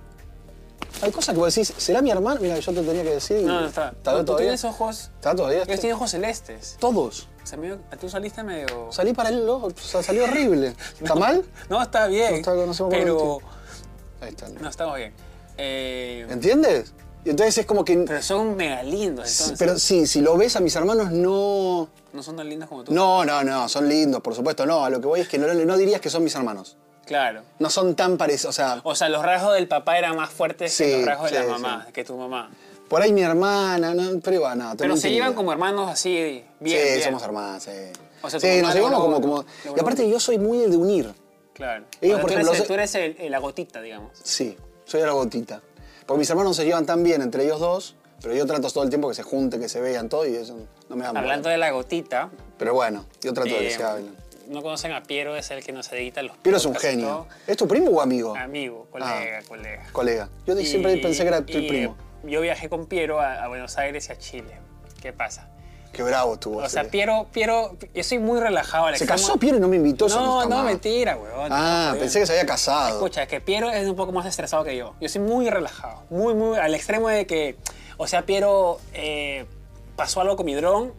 S2: hay cosas que vos decís, ¿será mi hermano? Mira, yo te tenía que decir. y-
S1: No, no está.
S2: ¿Está
S1: No, tú
S2: todavía?
S1: tienes ojos...
S2: ¿Está todavía?
S1: Ellos tienen ojos celestes.
S2: Todos.
S1: O sea, medio- tú saliste medio...
S2: Salí para el ojo, o sea, salió horrible. ¿Está mal?
S1: No, está bien.
S2: No está- no se me acuerdo
S1: pero
S2: Ahí está.
S1: no estamos bien. Eh,
S2: ¿Entiendes? Y entonces es como que.
S1: pero son mega lindos, entonces.
S2: Pero sí, si lo ves a mis hermanos, no.
S1: no son tan lindos como tú.
S2: No, no, no, son lindos, por supuesto. No, a lo que voy es que no, no dirías que son mis hermanos.
S1: Claro.
S2: No son tan parecidos, o sea.
S1: O sea, los rasgos del papá eran más fuertes
S2: Sí,
S1: que los rasgos
S2: sí,
S1: de la
S2: sí.
S1: mamá, que tu mamá.
S2: Por ahí mi hermana, no, pero iba nada.
S1: Pero se llevan como hermanos así, bien.
S2: sí,
S1: bien.
S2: somos hermanas, sí.
S1: O sea, tu
S2: sí,
S1: mamá
S2: nos
S1: de
S2: llevamos como,
S1: uno,
S2: como...
S1: de
S2: Y
S1: uno.
S2: aparte yo soy muy de unir.
S1: Claro.
S2: Ellos,
S1: O sea,
S2: por
S1: tú,
S2: ejemplo,
S1: eres,
S2: se-
S1: tú eres el- el- la gotita, digamos.
S2: Sí, soy la gotita. Porque mis hermanos no se llevan tan bien entre ellos dos, pero yo trato todo el tiempo que se junten, que se vean todo y eso no me da
S1: Hablando
S2: mucho.
S1: de la gotita,
S2: Pero bueno, yo trato de que
S1: eh,
S2: se hablen.
S1: no conocen a Piero, es el que nos edita los
S2: Piero es un
S1: podcasts,
S2: genio.
S1: todo.
S2: ¿Es tu primo o amigo?
S1: Amigo, colega, colega.
S2: Colega. Yo de-
S1: Y-
S2: siempre pensé que era tu
S1: y,
S2: primo.
S1: eh, Yo viajé con Piero a, a Buenos Aires y a Chile. ¿Qué pasa?
S2: Qué bravo estuvo.
S1: O sea,
S2: Fede.
S1: Piero, Piero, yo soy muy relajado. al
S2: ¿Se
S1: extremo-
S2: casó Piero y no me invitó? eso
S1: No,
S2: está
S1: no,
S2: mal.
S1: mentira, weón.
S2: Ah,
S1: Weón.
S2: pensé que se había casado.
S1: Escucha, es que Piero es un poco más estresado que yo. Yo soy muy relajado, muy, muy, al extremo de que, o sea, Piero eh, pasó algo con mi dron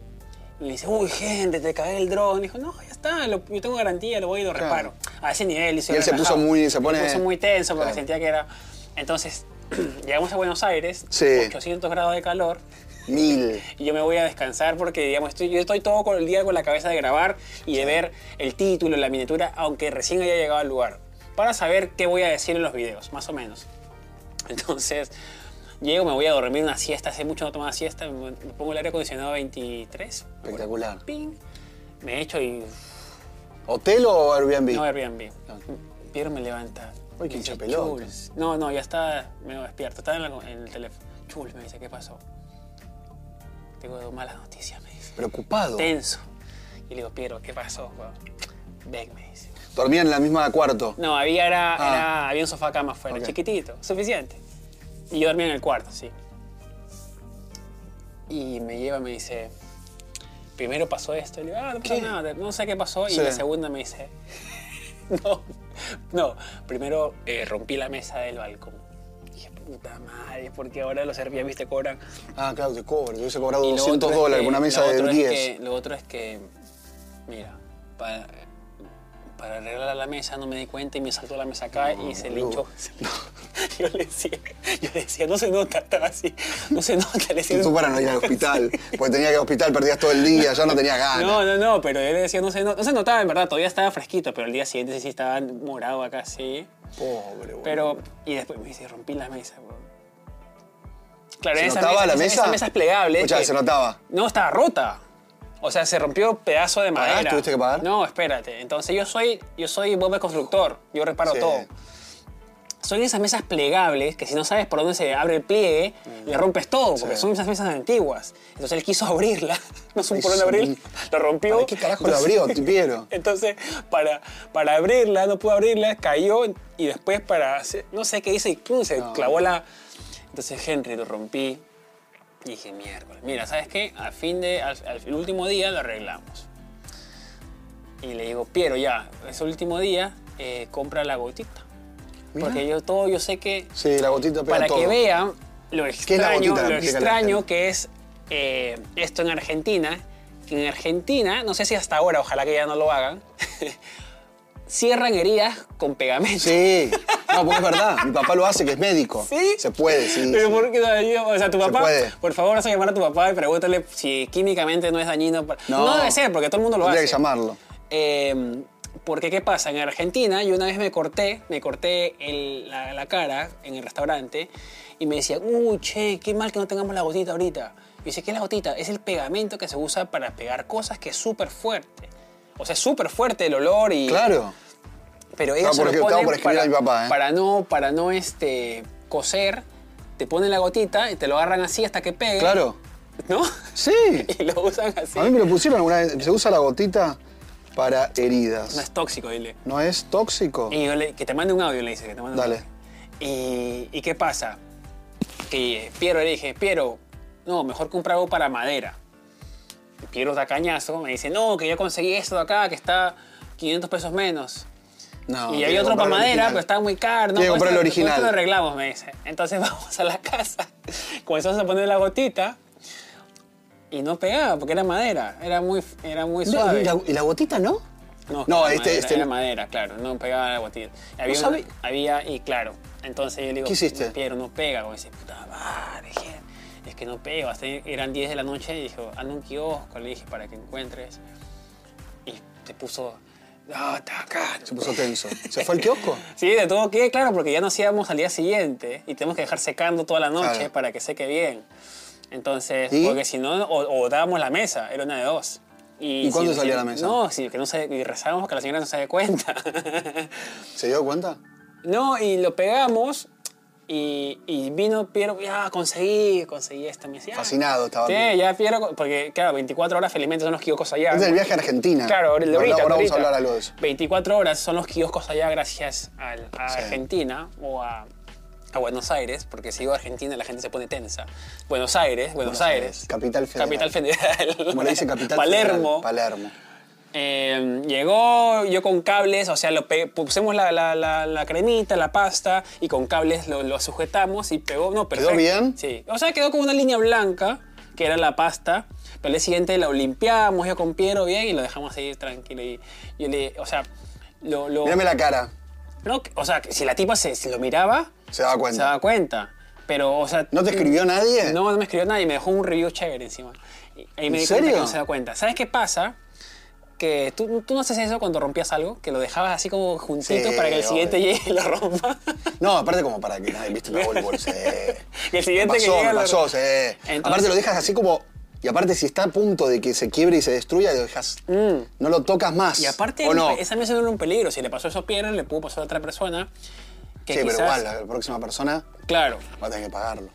S1: y me dice, uy, gente, te cagué el dron. Y dijo, no, ya está, lo- yo tengo garantía, lo voy y lo reparo. A ese nivel. soy
S2: Y él se
S1: relajado.
S2: puso muy- se pone-
S1: puso muy tenso porque
S2: Claro.
S1: sentía que era... Entonces, llegamos a Buenos Aires,
S2: Sí.
S1: 800 grados de calor,
S2: Mil.
S1: y yo me voy a descansar porque, digamos, estoy, yo estoy todo con el día con la cabeza de grabar y de ver el título, la miniatura, aunque recién haya llegado al lugar, para saber qué voy a decir en los videos, más o menos. Entonces, llego, me voy a dormir una siesta, hace mucho no tomaba siesta, me me pongo el aire acondicionado a 23,
S2: Espectacular.
S1: ping, me echo y
S2: ¿Hotel o Airbnb?
S1: no Airbnb.
S2: No.
S1: Piero me levanta.
S2: Uy,
S1: Me
S2: qué
S1: dice,
S2: hinchapelota.
S1: "Jules". No, no, ya está medio despierto. Está en, la- en el teléfono. Chules me dice, ¿qué pasó? Tengo dos malas noticias, me dice.
S2: Preocupado.
S1: Tenso. Y le digo, Piero, ¿qué pasó? weón?". Ven, me dice.
S2: Dormía en la misma cuarto.
S1: No, había, era,
S2: Ah.
S1: era- había un sofá cama afuera,
S2: Ok.
S1: chiquitito, suficiente. Y yo dormía en el cuarto, sí. Y me lleva, me dice, primero pasó esto. Y le digo, ah, no pasó
S2: ¿Qué?
S1: nada, no sé qué pasó.
S2: Sí.
S1: Y la segunda me dice, no, no, primero eh, rompí la mesa del balcón. Dije, puta madre, porque ahora los Airbnb te cobran
S2: Ah, claro, te cobro. Yo hubiese cobrado
S1: y lo
S2: 200
S1: otro es
S2: dólares
S1: que-
S2: por una mesa
S1: lo otro
S2: de
S1: es
S2: 10.
S1: que- lo otro es que, mira, para, para arreglar la mesa no me di cuenta y me saltó la mesa acá y se le hinchó. Yo le decía, yo le decía, no se nota, estaba así, no se nota, le decía.
S2: Y tú para no ir al hospital. Porque tenía que ir al hospital, perdías todo el día, ya no tenías ganas.
S1: No, no, no, pero yo le decía, no se, nota, no se notaba, en verdad, todavía estaba fresquito, pero el día siguiente sí, sí estaba morado acá, sí.
S2: Pobre, boludo.
S1: Pero, y después me dice, rompí la mesa, weón. Claro,
S2: ¿Se
S1: esa
S2: notaba
S1: mesa,
S2: la
S1: esa-
S2: mesa?
S1: Esa mesa es plegable.
S2: Escuchá,
S1: que-
S2: se notaba.
S1: No, estaba rota. O sea, se rompió pedazo de
S2: ¿Pagás?
S1: madera.
S2: ¿Tuviste que pagar?
S1: No, espérate. Entonces yo soy, yo soy Bob el constructor. Yo reparo
S2: Sí.
S1: todo. Son esas mesas plegables que si no sabes por dónde se abre el pliegue, le rompes todo, porque
S2: Sí.
S1: son esas mesas antiguas. Entonces él quiso abrirla, no supo por dónde abrir,
S2: Eso,
S1: lo rompió.
S2: ¿Para qué carajo lo
S1: Entonces-
S2: abrió, Piero?
S1: Entonces, para, para abrirla, no pudo abrirla, cayó y después para hacer- no sé qué hizo y ¡pum! se
S2: No.
S1: clavó la... Entonces Henry lo rompí y dije, miércoles, mira, ¿sabes qué? Al fin de, al, al- el último día lo arreglamos. Y le digo, Piero, ya, ese último día, eh, compra la gotita.
S2: Mirá.
S1: Porque yo todo, yo sé que
S2: Sí, la gotita pega
S1: para
S2: todo.
S1: que vean lo
S2: es la
S1: extraño,
S2: gotita?
S1: lo
S2: Explícale a la
S1: extraño
S2: gente.
S1: que es eh, esto en Argentina, que en Argentina, no sé si hasta ahora, ojalá que ya no lo hagan, cierran heridas con pegamento.
S2: Sí. No, porque es verdad. Mi papá lo hace, que es médico.
S1: ¿Sí?
S2: Se puede, sí.
S1: Pero
S2: sí.
S1: por qué no dañino? o sea, tu papá,
S2: puede.
S1: por favor, vas a llamar a tu papá y pregúntale si químicamente no es dañino. para-
S2: No.
S1: No, debe ser, porque todo el mundo lo
S2: Tendría
S1: hace.
S2: que llamarlo.
S1: Eh, porque, ¿qué pasa? En Argentina, yo una vez me corté, me corté el- la, la cara en el restaurante y me decían, uy, che, qué mal que no tengamos la gotita ahorita. Y dice, ¿qué es la gotita? Es el pegamento que se usa para pegar cosas que es súper fuerte. O sea, es súper fuerte el olor y...
S2: Claro.
S1: Pero ellos
S2: Estaba por
S1: se lo
S2: escri- estaba
S1: ponen
S2: por escribir
S1: para,
S2: a mi papá, ¿eh?
S1: para no, para no este, coser, te ponen la gotita y te lo agarran así hasta que pegue.
S2: Claro.
S1: ¿No?
S2: Sí.
S1: y lo usan así.
S2: A mí me lo pusieron alguna vez. Se usa la gotita para
S1: No
S2: heridas.
S1: es tóxico, dile.
S2: ¿No es tóxico?
S1: Y yo le- que te mande un audio, le dice. Que te mande un
S2: Dale.
S1: audio. Y, ¿y qué pasa? Que Piero le dije, Piero, no, mejor compra algo para madera. Y Piero da cañazo, me dice, no, que yo conseguí esto de acá, que está 500 pesos menos.
S2: No.
S1: y
S2: tiene
S1: había
S2: que
S1: otro para
S2: comprar el
S1: madera,
S2: original.
S1: pero estaba muy caro.
S2: Tiene que comprar el
S1: Con esto- con esto
S2: original.
S1: lo arreglamos, me dice. Entonces vamos a la casa, comenzamos a poner la gotita y no pegaba porque era madera, era muy, era muy
S2: No,
S1: suave.
S2: ¿Y la, y la gotita no?
S1: No,
S2: No,
S1: era
S2: este-
S1: madera,
S2: este-
S1: era madera, claro, no pegaba la botella. Había,
S2: ¿No
S1: una-
S2: sabe?
S1: había y claro, entonces yo le digo,
S2: ¿Qué hiciste?
S1: Pero no pega, como dice, puta madre, je- es que no pega, Hasta eran 10 de la noche y dijo, anda a un kiosco, le dije, para que encuentres. Y te puso "Ah, No, taca.
S2: Se puso tenso. ¿Se fue al kiosco?
S1: Sí, de todo que, claro, porque ya nos íbamos al día siguiente y tenemos que dejar secando toda la noche
S2: Claro.
S1: para que seque bien. Entonces,
S2: ¿Y?
S1: porque si no, o, o dábamos la mesa, era una de dos. ¿Y,
S2: ¿Y cuándo
S1: si-
S2: salía
S1: si-
S2: la mesa?
S1: No, sí, que no se, y rezábamos que la señora no se dé cuenta.
S2: ¿Se dio cuenta?
S1: no, y lo pegamos y, y vino Piero, ya conseguí, conseguí esta. Me decía, ah,
S2: Fascinado estaba.
S1: Sí, ya Piero, porque claro, 24 horas felizmente son los kioscos allá.
S2: Es del viaje a Argentina.
S1: Claro, ahorita,
S2: Ahora-
S1: ahorita,
S2: ahora vamos a
S1: ahorita.
S2: hablar algo de eso.
S1: 24 horas son los kioscos allá gracias al- a
S2: Sí.
S1: Argentina o a, a Buenos Aires, porque si digo Argentina la gente se pone tensa. Buenos Aires, Buenos,
S2: Buenos
S1: Aires.
S2: Aires, capital federal.
S1: Capital federal.
S2: Como le dice Capital
S1: Palermo.
S2: Federal, Palermo.
S1: Eh, llegó yo con cables, o sea, lo pe- pusimos la, la- la- la cremita, la pasta, y con cables lo, lo sujetamos y pegó. No,
S2: ¿Quedó
S1: perfecto.
S2: bien?
S1: Sí. O sea, quedó con una línea blanca, que era la pasta. Pero el día siguiente lo limpiamos yo con Piero bien y lo dejamos ahí tranquilo. Y yo le, o sea, lo. lo-
S2: Mírame la cara.
S1: no, o sea, que si la tipa se, se lo miraba,
S2: Se daba
S1: se
S2: cuenta.
S1: daba cuenta. Pero, o sea.
S2: ¿No te escribió nadie?
S1: No, no me escribió nadie, me dejó un review chévere encima. Y ahí me
S2: ¿En
S1: di cuenta que
S2: serio?
S1: no se da cuenta. ¿Sabes qué pasa? Que tú, tú no haces eso cuando rompías algo, que lo dejabas así como juntito
S2: Sí,
S1: para que el siguiente
S2: obvio.
S1: llegue y lo rompa.
S2: No, aparte como para que nadie viste la Volvo, sí.
S1: Y el siguiente
S2: Me
S1: que
S2: eh. pasó,
S1: llega
S2: me
S1: lo-
S2: pasó, sí.
S1: Entonces-
S2: Aparte lo dejas así como... Y aparte si está a punto de que se quiebre y se destruya, lo dejas... No lo tocas más.
S1: Mm. Y aparte,
S2: ¿O no?
S1: esa mesa no era un peligro. Si le pasó eso a Piero, le pudo pasar a otra persona. Que
S2: sí,
S1: quizás-
S2: pero igual, la próxima persona
S1: Claro.
S2: va a tener que pagarlo.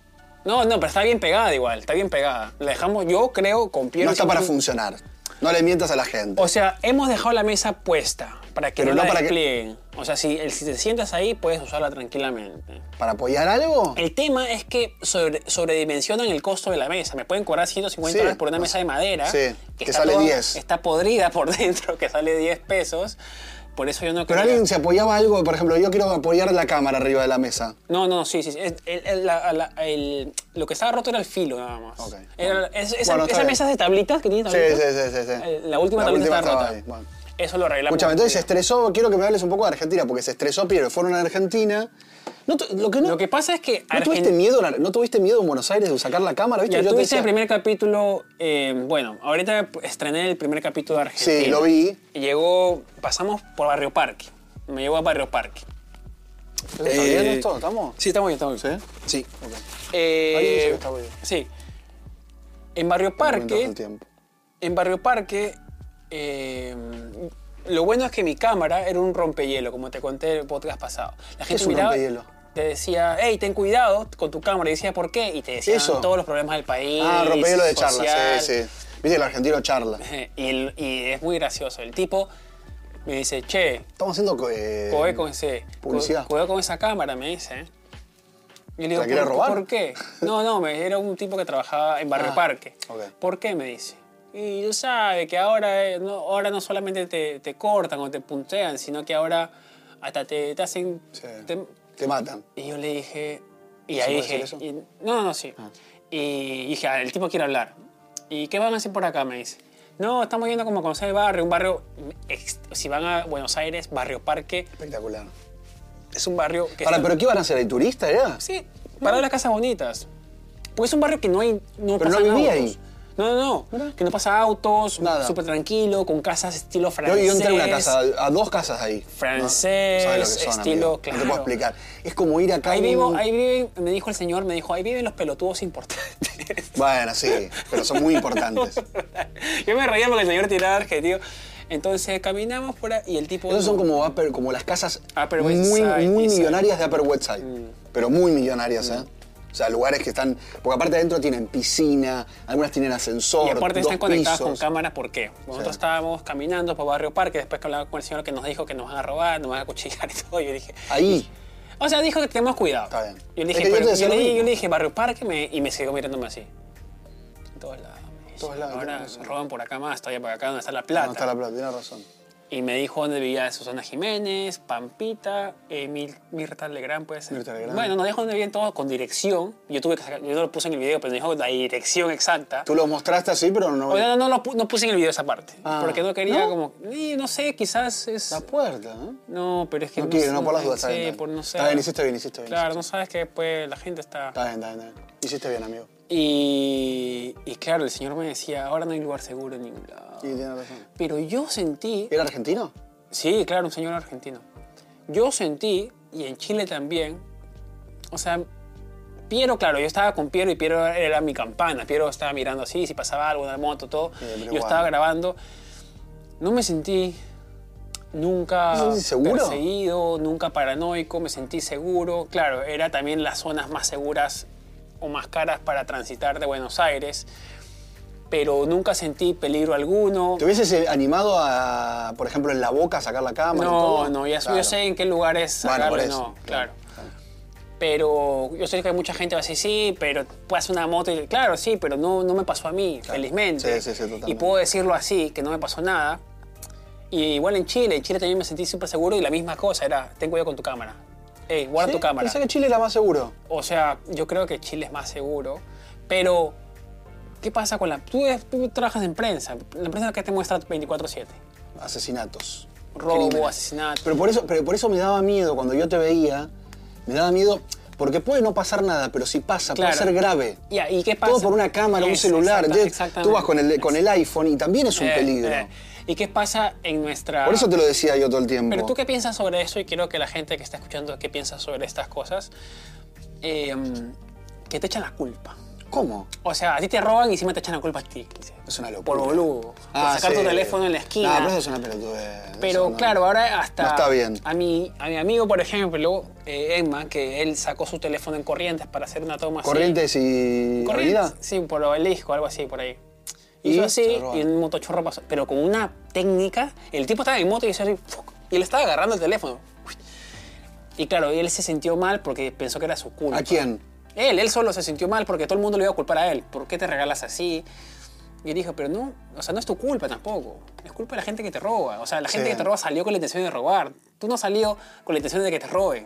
S1: No, no, pero está bien pegada igual, está bien pegada. La dejamos, yo creo, con Piero.
S2: no está para
S1: siempre-
S2: funcionar. No le mientas a la gente.
S1: O sea, hemos dejado la mesa puesta para que
S2: Pero
S1: no,
S2: no
S1: la
S2: para que-
S1: desplieguen. O sea, si, si te sientas ahí, puedes usarla tranquilamente.
S2: ¿Para apoyar algo?
S1: El tema es que sobre, sobredimensionan el costo de la mesa. Me pueden cobrar 150
S2: Sí,
S1: dólares por una
S2: no
S1: mesa
S2: sé.
S1: de madera.
S2: Sí, que sale 10.
S1: Está podrida por dentro, que sale 10 pesos. Por eso yo no
S2: Pero
S1: quería-
S2: alguien se apoyaba algo, por ejemplo, yo quiero apoyar la cámara arriba de la mesa.
S1: No, no, sí, sí. sí. Es- el- el- la- la- el- lo que estaba roto era el filo, nada más.
S2: Ok.
S1: Era- es- esa
S2: Bueno, está
S1: esas
S2: bien.
S1: mesas de tablitas que tienen
S2: Sí,
S1: tablitas.
S2: sí, sí, sí, sí.
S1: eh, La última
S2: La
S1: tablita estaba
S2: última estaba
S1: rota.
S2: ahí, bueno.
S1: Eso lo arreglamos.
S2: Escúchame, entonces se estresó, quiero que me hables un poco de Argentina, porque se estresó Piero, fueron a Argentina. No tu- lo que no,
S1: Lo que pasa es que
S2: ¿no
S1: Argen-
S2: tuviste miedo, en Ar- ¿No tuviste miedo en Buenos Aires de sacar la cámara? ¿Viste?
S1: Ya
S2: Yo te
S1: tuviste
S2: decía-
S1: el primer capítulo. eh, bueno, ahorita estrené el primer capítulo de Argentina.
S2: Sí, lo vi.
S1: Y llegó. Pasamos por Barrio Parque. Me llevó a Barrio Parque.
S2: ¿Está bien
S1: Eh,
S2: esto? ¿Estamos?
S1: Sí, estamos bien, estamos bien.
S2: Sí. ok.
S1: Eh,
S2: Ahí dice que está bien.
S1: sí. En Barrio
S2: Mientras el
S1: Parque.
S2: tiempo.
S1: En Barrio Parque. eh, lo bueno es que mi cámara era un rompehielo, como te conté en el podcast pasado. La gente
S2: es un
S1: miraba,
S2: rompehielo?
S1: Te decía, hey, ten cuidado con tu cámara. Y decía, ¿por qué? Y te decían
S2: Eso.
S1: todos los problemas del país.
S2: Ah, rompehielo de charla,
S1: social,
S2: sí, sí. Viste que el argentino charla.
S1: Y, el- y es muy gracioso. El tipo me dice, che,
S2: Estamos haciendo... co- eh,
S1: cuidado con ese. cu-
S2: publicidad.
S1: Cuidado con esa cámara, me dice. Yo le
S2: ¿La quiere
S1: "¿Por-
S2: robar?"
S1: ¿Por qué? No, no, me, era un tipo que trabajaba en Barrio
S2: Ah,
S1: Parque.
S2: ok.
S1: ¿Por qué? Me dice. Y tú sabes que ahora eh, no, ahora no solamente te, te cortan o te puntean, sino que ahora hasta te, te hacen...
S2: sí.
S1: te-
S2: Te matan.
S1: y yo le dije. Y
S2: ¿Se
S1: ahí
S2: puede
S1: dije.
S2: hacer eso? Ah.
S1: y- no, no, no, sí. Y dije, "Ah, el tipo quiere hablar. ¿Y qué van a hacer por acá? Me dice. No, estamos yendo como a conocer el barrio, un barrio. ex- Si van a Buenos Aires, Barrio Parque,
S2: Espectacular.
S1: es un barrio que.
S2: Ahora,
S1: está-
S2: ¿pero qué iban a hacer? ¿El turista era?
S1: Sí, para las casas bonitas. Pues es un barrio que no hay. No
S2: Pero no
S1: pasan
S2: vivía
S1: autos.
S2: ahí.
S1: No, no, no. Que no pasa autos,
S2: Nada.
S1: súper tranquilo, con casas estilo
S2: Yo,
S1: francés.
S2: yo entré a una casa, a dos casas ahí. ¿no?
S1: Francés,
S2: sabes lo que son,
S1: estilo,
S2: amigo. No te
S1: claro.
S2: puedo explicar. Es como ir acá. a
S1: Ahí
S2: un-
S1: vivo, ahí viven, me dijo el señor, me dijo, ahí viven los pelotudos importantes.
S2: Bueno, sí, pero son muy importantes.
S1: Yo me reía porque el señor tiraba argentino. Entonces caminamos por ahí y el tipo.
S2: Esos son como, upper- como las casas
S1: Upper
S2: muy,
S1: West Side, Mm.
S2: muy
S1: East Side.
S2: millonarias de Upper West Side. Pero muy millonarias, ¿eh?
S1: Mm.
S2: O sea, lugares que están. Porque aparte adentro tienen piscina, algunas tienen ascensor.
S1: Y aparte
S2: dos
S1: están conectados con
S2: pisos.
S1: cámaras, ¿por qué? Nosotros
S2: Sí.
S1: estábamos caminando por Barrio Parque, después que hablaba con el señor que nos dijo que nos van a robar, nos van a cuchillar y todo. Yo dije.
S2: Ahí.
S1: O sea, dijo que tenemos cuidado.
S2: Está bien.
S1: Yo le
S2: Es
S1: dije,
S2: que yo
S1: pero-
S2: te
S1: yo,
S2: decía lo
S1: le,
S2: mismo.
S1: yo le dije Barrio Parque me- y me siguió mirándome así. En todos lados. me dice,
S2: Todos lados,
S1: Ahora
S2: tenés razón.
S1: roban por acá más, todavía por acá donde está la plata.
S2: No está la plata, tienes razón.
S1: Y me dijo dónde vivía Susana Jiménez, Pampita, eh, Mil- Mirta Legrand, puede ser.
S2: Mirta Legrand.
S1: Bueno, nos dijo dónde vivían todos con dirección. Yo tuve que sacar, yo no lo puse en el video, pero me dijo la dirección exacta.
S2: Tú los mostraste así, pero no.
S1: O no, no, lo pu- no puse en el video esa parte.
S2: Ah.
S1: porque no quería
S2: ¿No?
S1: como. "Ni, no sé, quizás es.
S2: La puerta, ¿eh?
S1: No, pero es que.
S2: No quiero,
S1: sé,
S2: no por las dudas, está
S1: sé,
S2: bien, está
S1: por
S2: bien.
S1: no sé.
S2: Está bien, hiciste bien, hiciste bien,
S1: Claro, no sabes que después la gente está.
S2: Está bien, está bien, está bien. Hiciste bien, amigo.
S1: Y, y claro, el señor me decía, ahora no hay lugar seguro en ningún lado.
S2: Sí, tienes razón.
S1: Pero yo sentí.
S2: ¿Era argentino?
S1: Sí, claro, un señor argentino. Yo sentí, y en Chile también, o sea, Piero, claro, yo estaba con Piero y Piero era mi campana. Piero estaba mirando así, si pasaba algo, una moto, todo.
S2: Bien, pero
S1: yo estaba
S2: guau.
S1: grabando. No me sentí nunca
S2: ¿No te sentís seguro?
S1: perseguido, nunca paranoico, me sentí seguro. Claro, era también las zonas más seguras o más caras para transitar de Buenos Aires, pero nunca sentí peligro alguno.
S2: ¿Te hubieses eh, animado a, por ejemplo, en la boca a sacar la cámara? y
S1: No,
S2: todo?
S1: no, ya
S2: Claro.
S1: yo sé en qué lugares
S2: Bueno, por
S1: sacarlo,
S2: eso,
S1: no, claro. Pero yo sé que hay mucha gente que va a decir, sí, pero pasa una moto y claro, sí, pero no, no me pasó a mí, felizmente.
S2: Sí, sí, sí, totalmente.
S1: Y puedo decirlo así, que no me pasó nada. Y igual en Chile, en Chile también me sentí súper seguro y la misma cosa era, ten cuidado con tu cámara. Ey, guarda
S2: ¿Sí?
S1: tu cámara.
S2: Pensé que Chile era más seguro.
S1: O sea, yo creo que Chile es más seguro, pero ¿qué pasa con la... Tú, tú trabajas en prensa, la prensa que te muestra 24/7.
S2: Asesinatos.
S1: Robo,
S2: Crímenes.
S1: asesinato.
S2: Pero por, eso, pero por eso me daba miedo cuando yo te veía. Me daba miedo porque puede no pasar nada, pero si pasa,
S1: Claro.
S2: puede ser grave.
S1: Ya, ¿y qué pasa?
S2: Todo por una cámara, un
S1: Es-
S2: celular.
S1: exacta-
S2: Entonces, tú vas con el,
S1: exactamente.
S2: con el iPhone y también es un
S1: Eh,
S2: peligro.
S1: eh. ¿Y qué pasa en nuestra...
S2: Por eso te lo decía yo todo el tiempo.
S1: Pero tú qué piensas sobre eso y quiero que la gente que está escuchando qué piensa sobre estas cosas, eh, que te echan la culpa.
S2: ¿Cómo?
S1: O sea, a ti te roban y encima te echan la culpa a ti. dice.
S2: Es una
S1: Por
S2: locura.
S1: boludo.
S2: Ah,
S1: por sacar
S2: sí.
S1: tu teléfono en la esquina.
S2: No, pero eso es una pelotudez.
S1: Pero
S2: Eso no-
S1: claro, ah, ahora hasta.
S2: no está bien.
S1: A mi, a mi amigo, por ejemplo, eh, Emma, que él sacó su teléfono en Corrientes para hacer una toma así.
S2: Corrientes y.
S1: Corrientes.
S2: Avenida.
S1: Sí, por obelisco, algo así, por ahí.
S2: Y
S1: Hizo
S2: se
S1: así
S2: roban.
S1: y un motochorro pasó. Pero con una técnica, el tipo estaba en moto y hizo así. ¡fuc! Y él estaba agarrando el teléfono. Y claro, él se sintió mal porque pensó que era su culpa.
S2: ¿A quién?
S1: Él, él solo se sintió mal porque todo el mundo le iba a culpar a él. ¿Por qué te regalas así? Y él dijo, pero no, o sea, no es tu culpa tampoco. Es culpa de la gente que te roba. O sea, la gente
S2: Sí.
S1: que te roba salió con la intención de robar. Tú no salió con la intención de que te roben.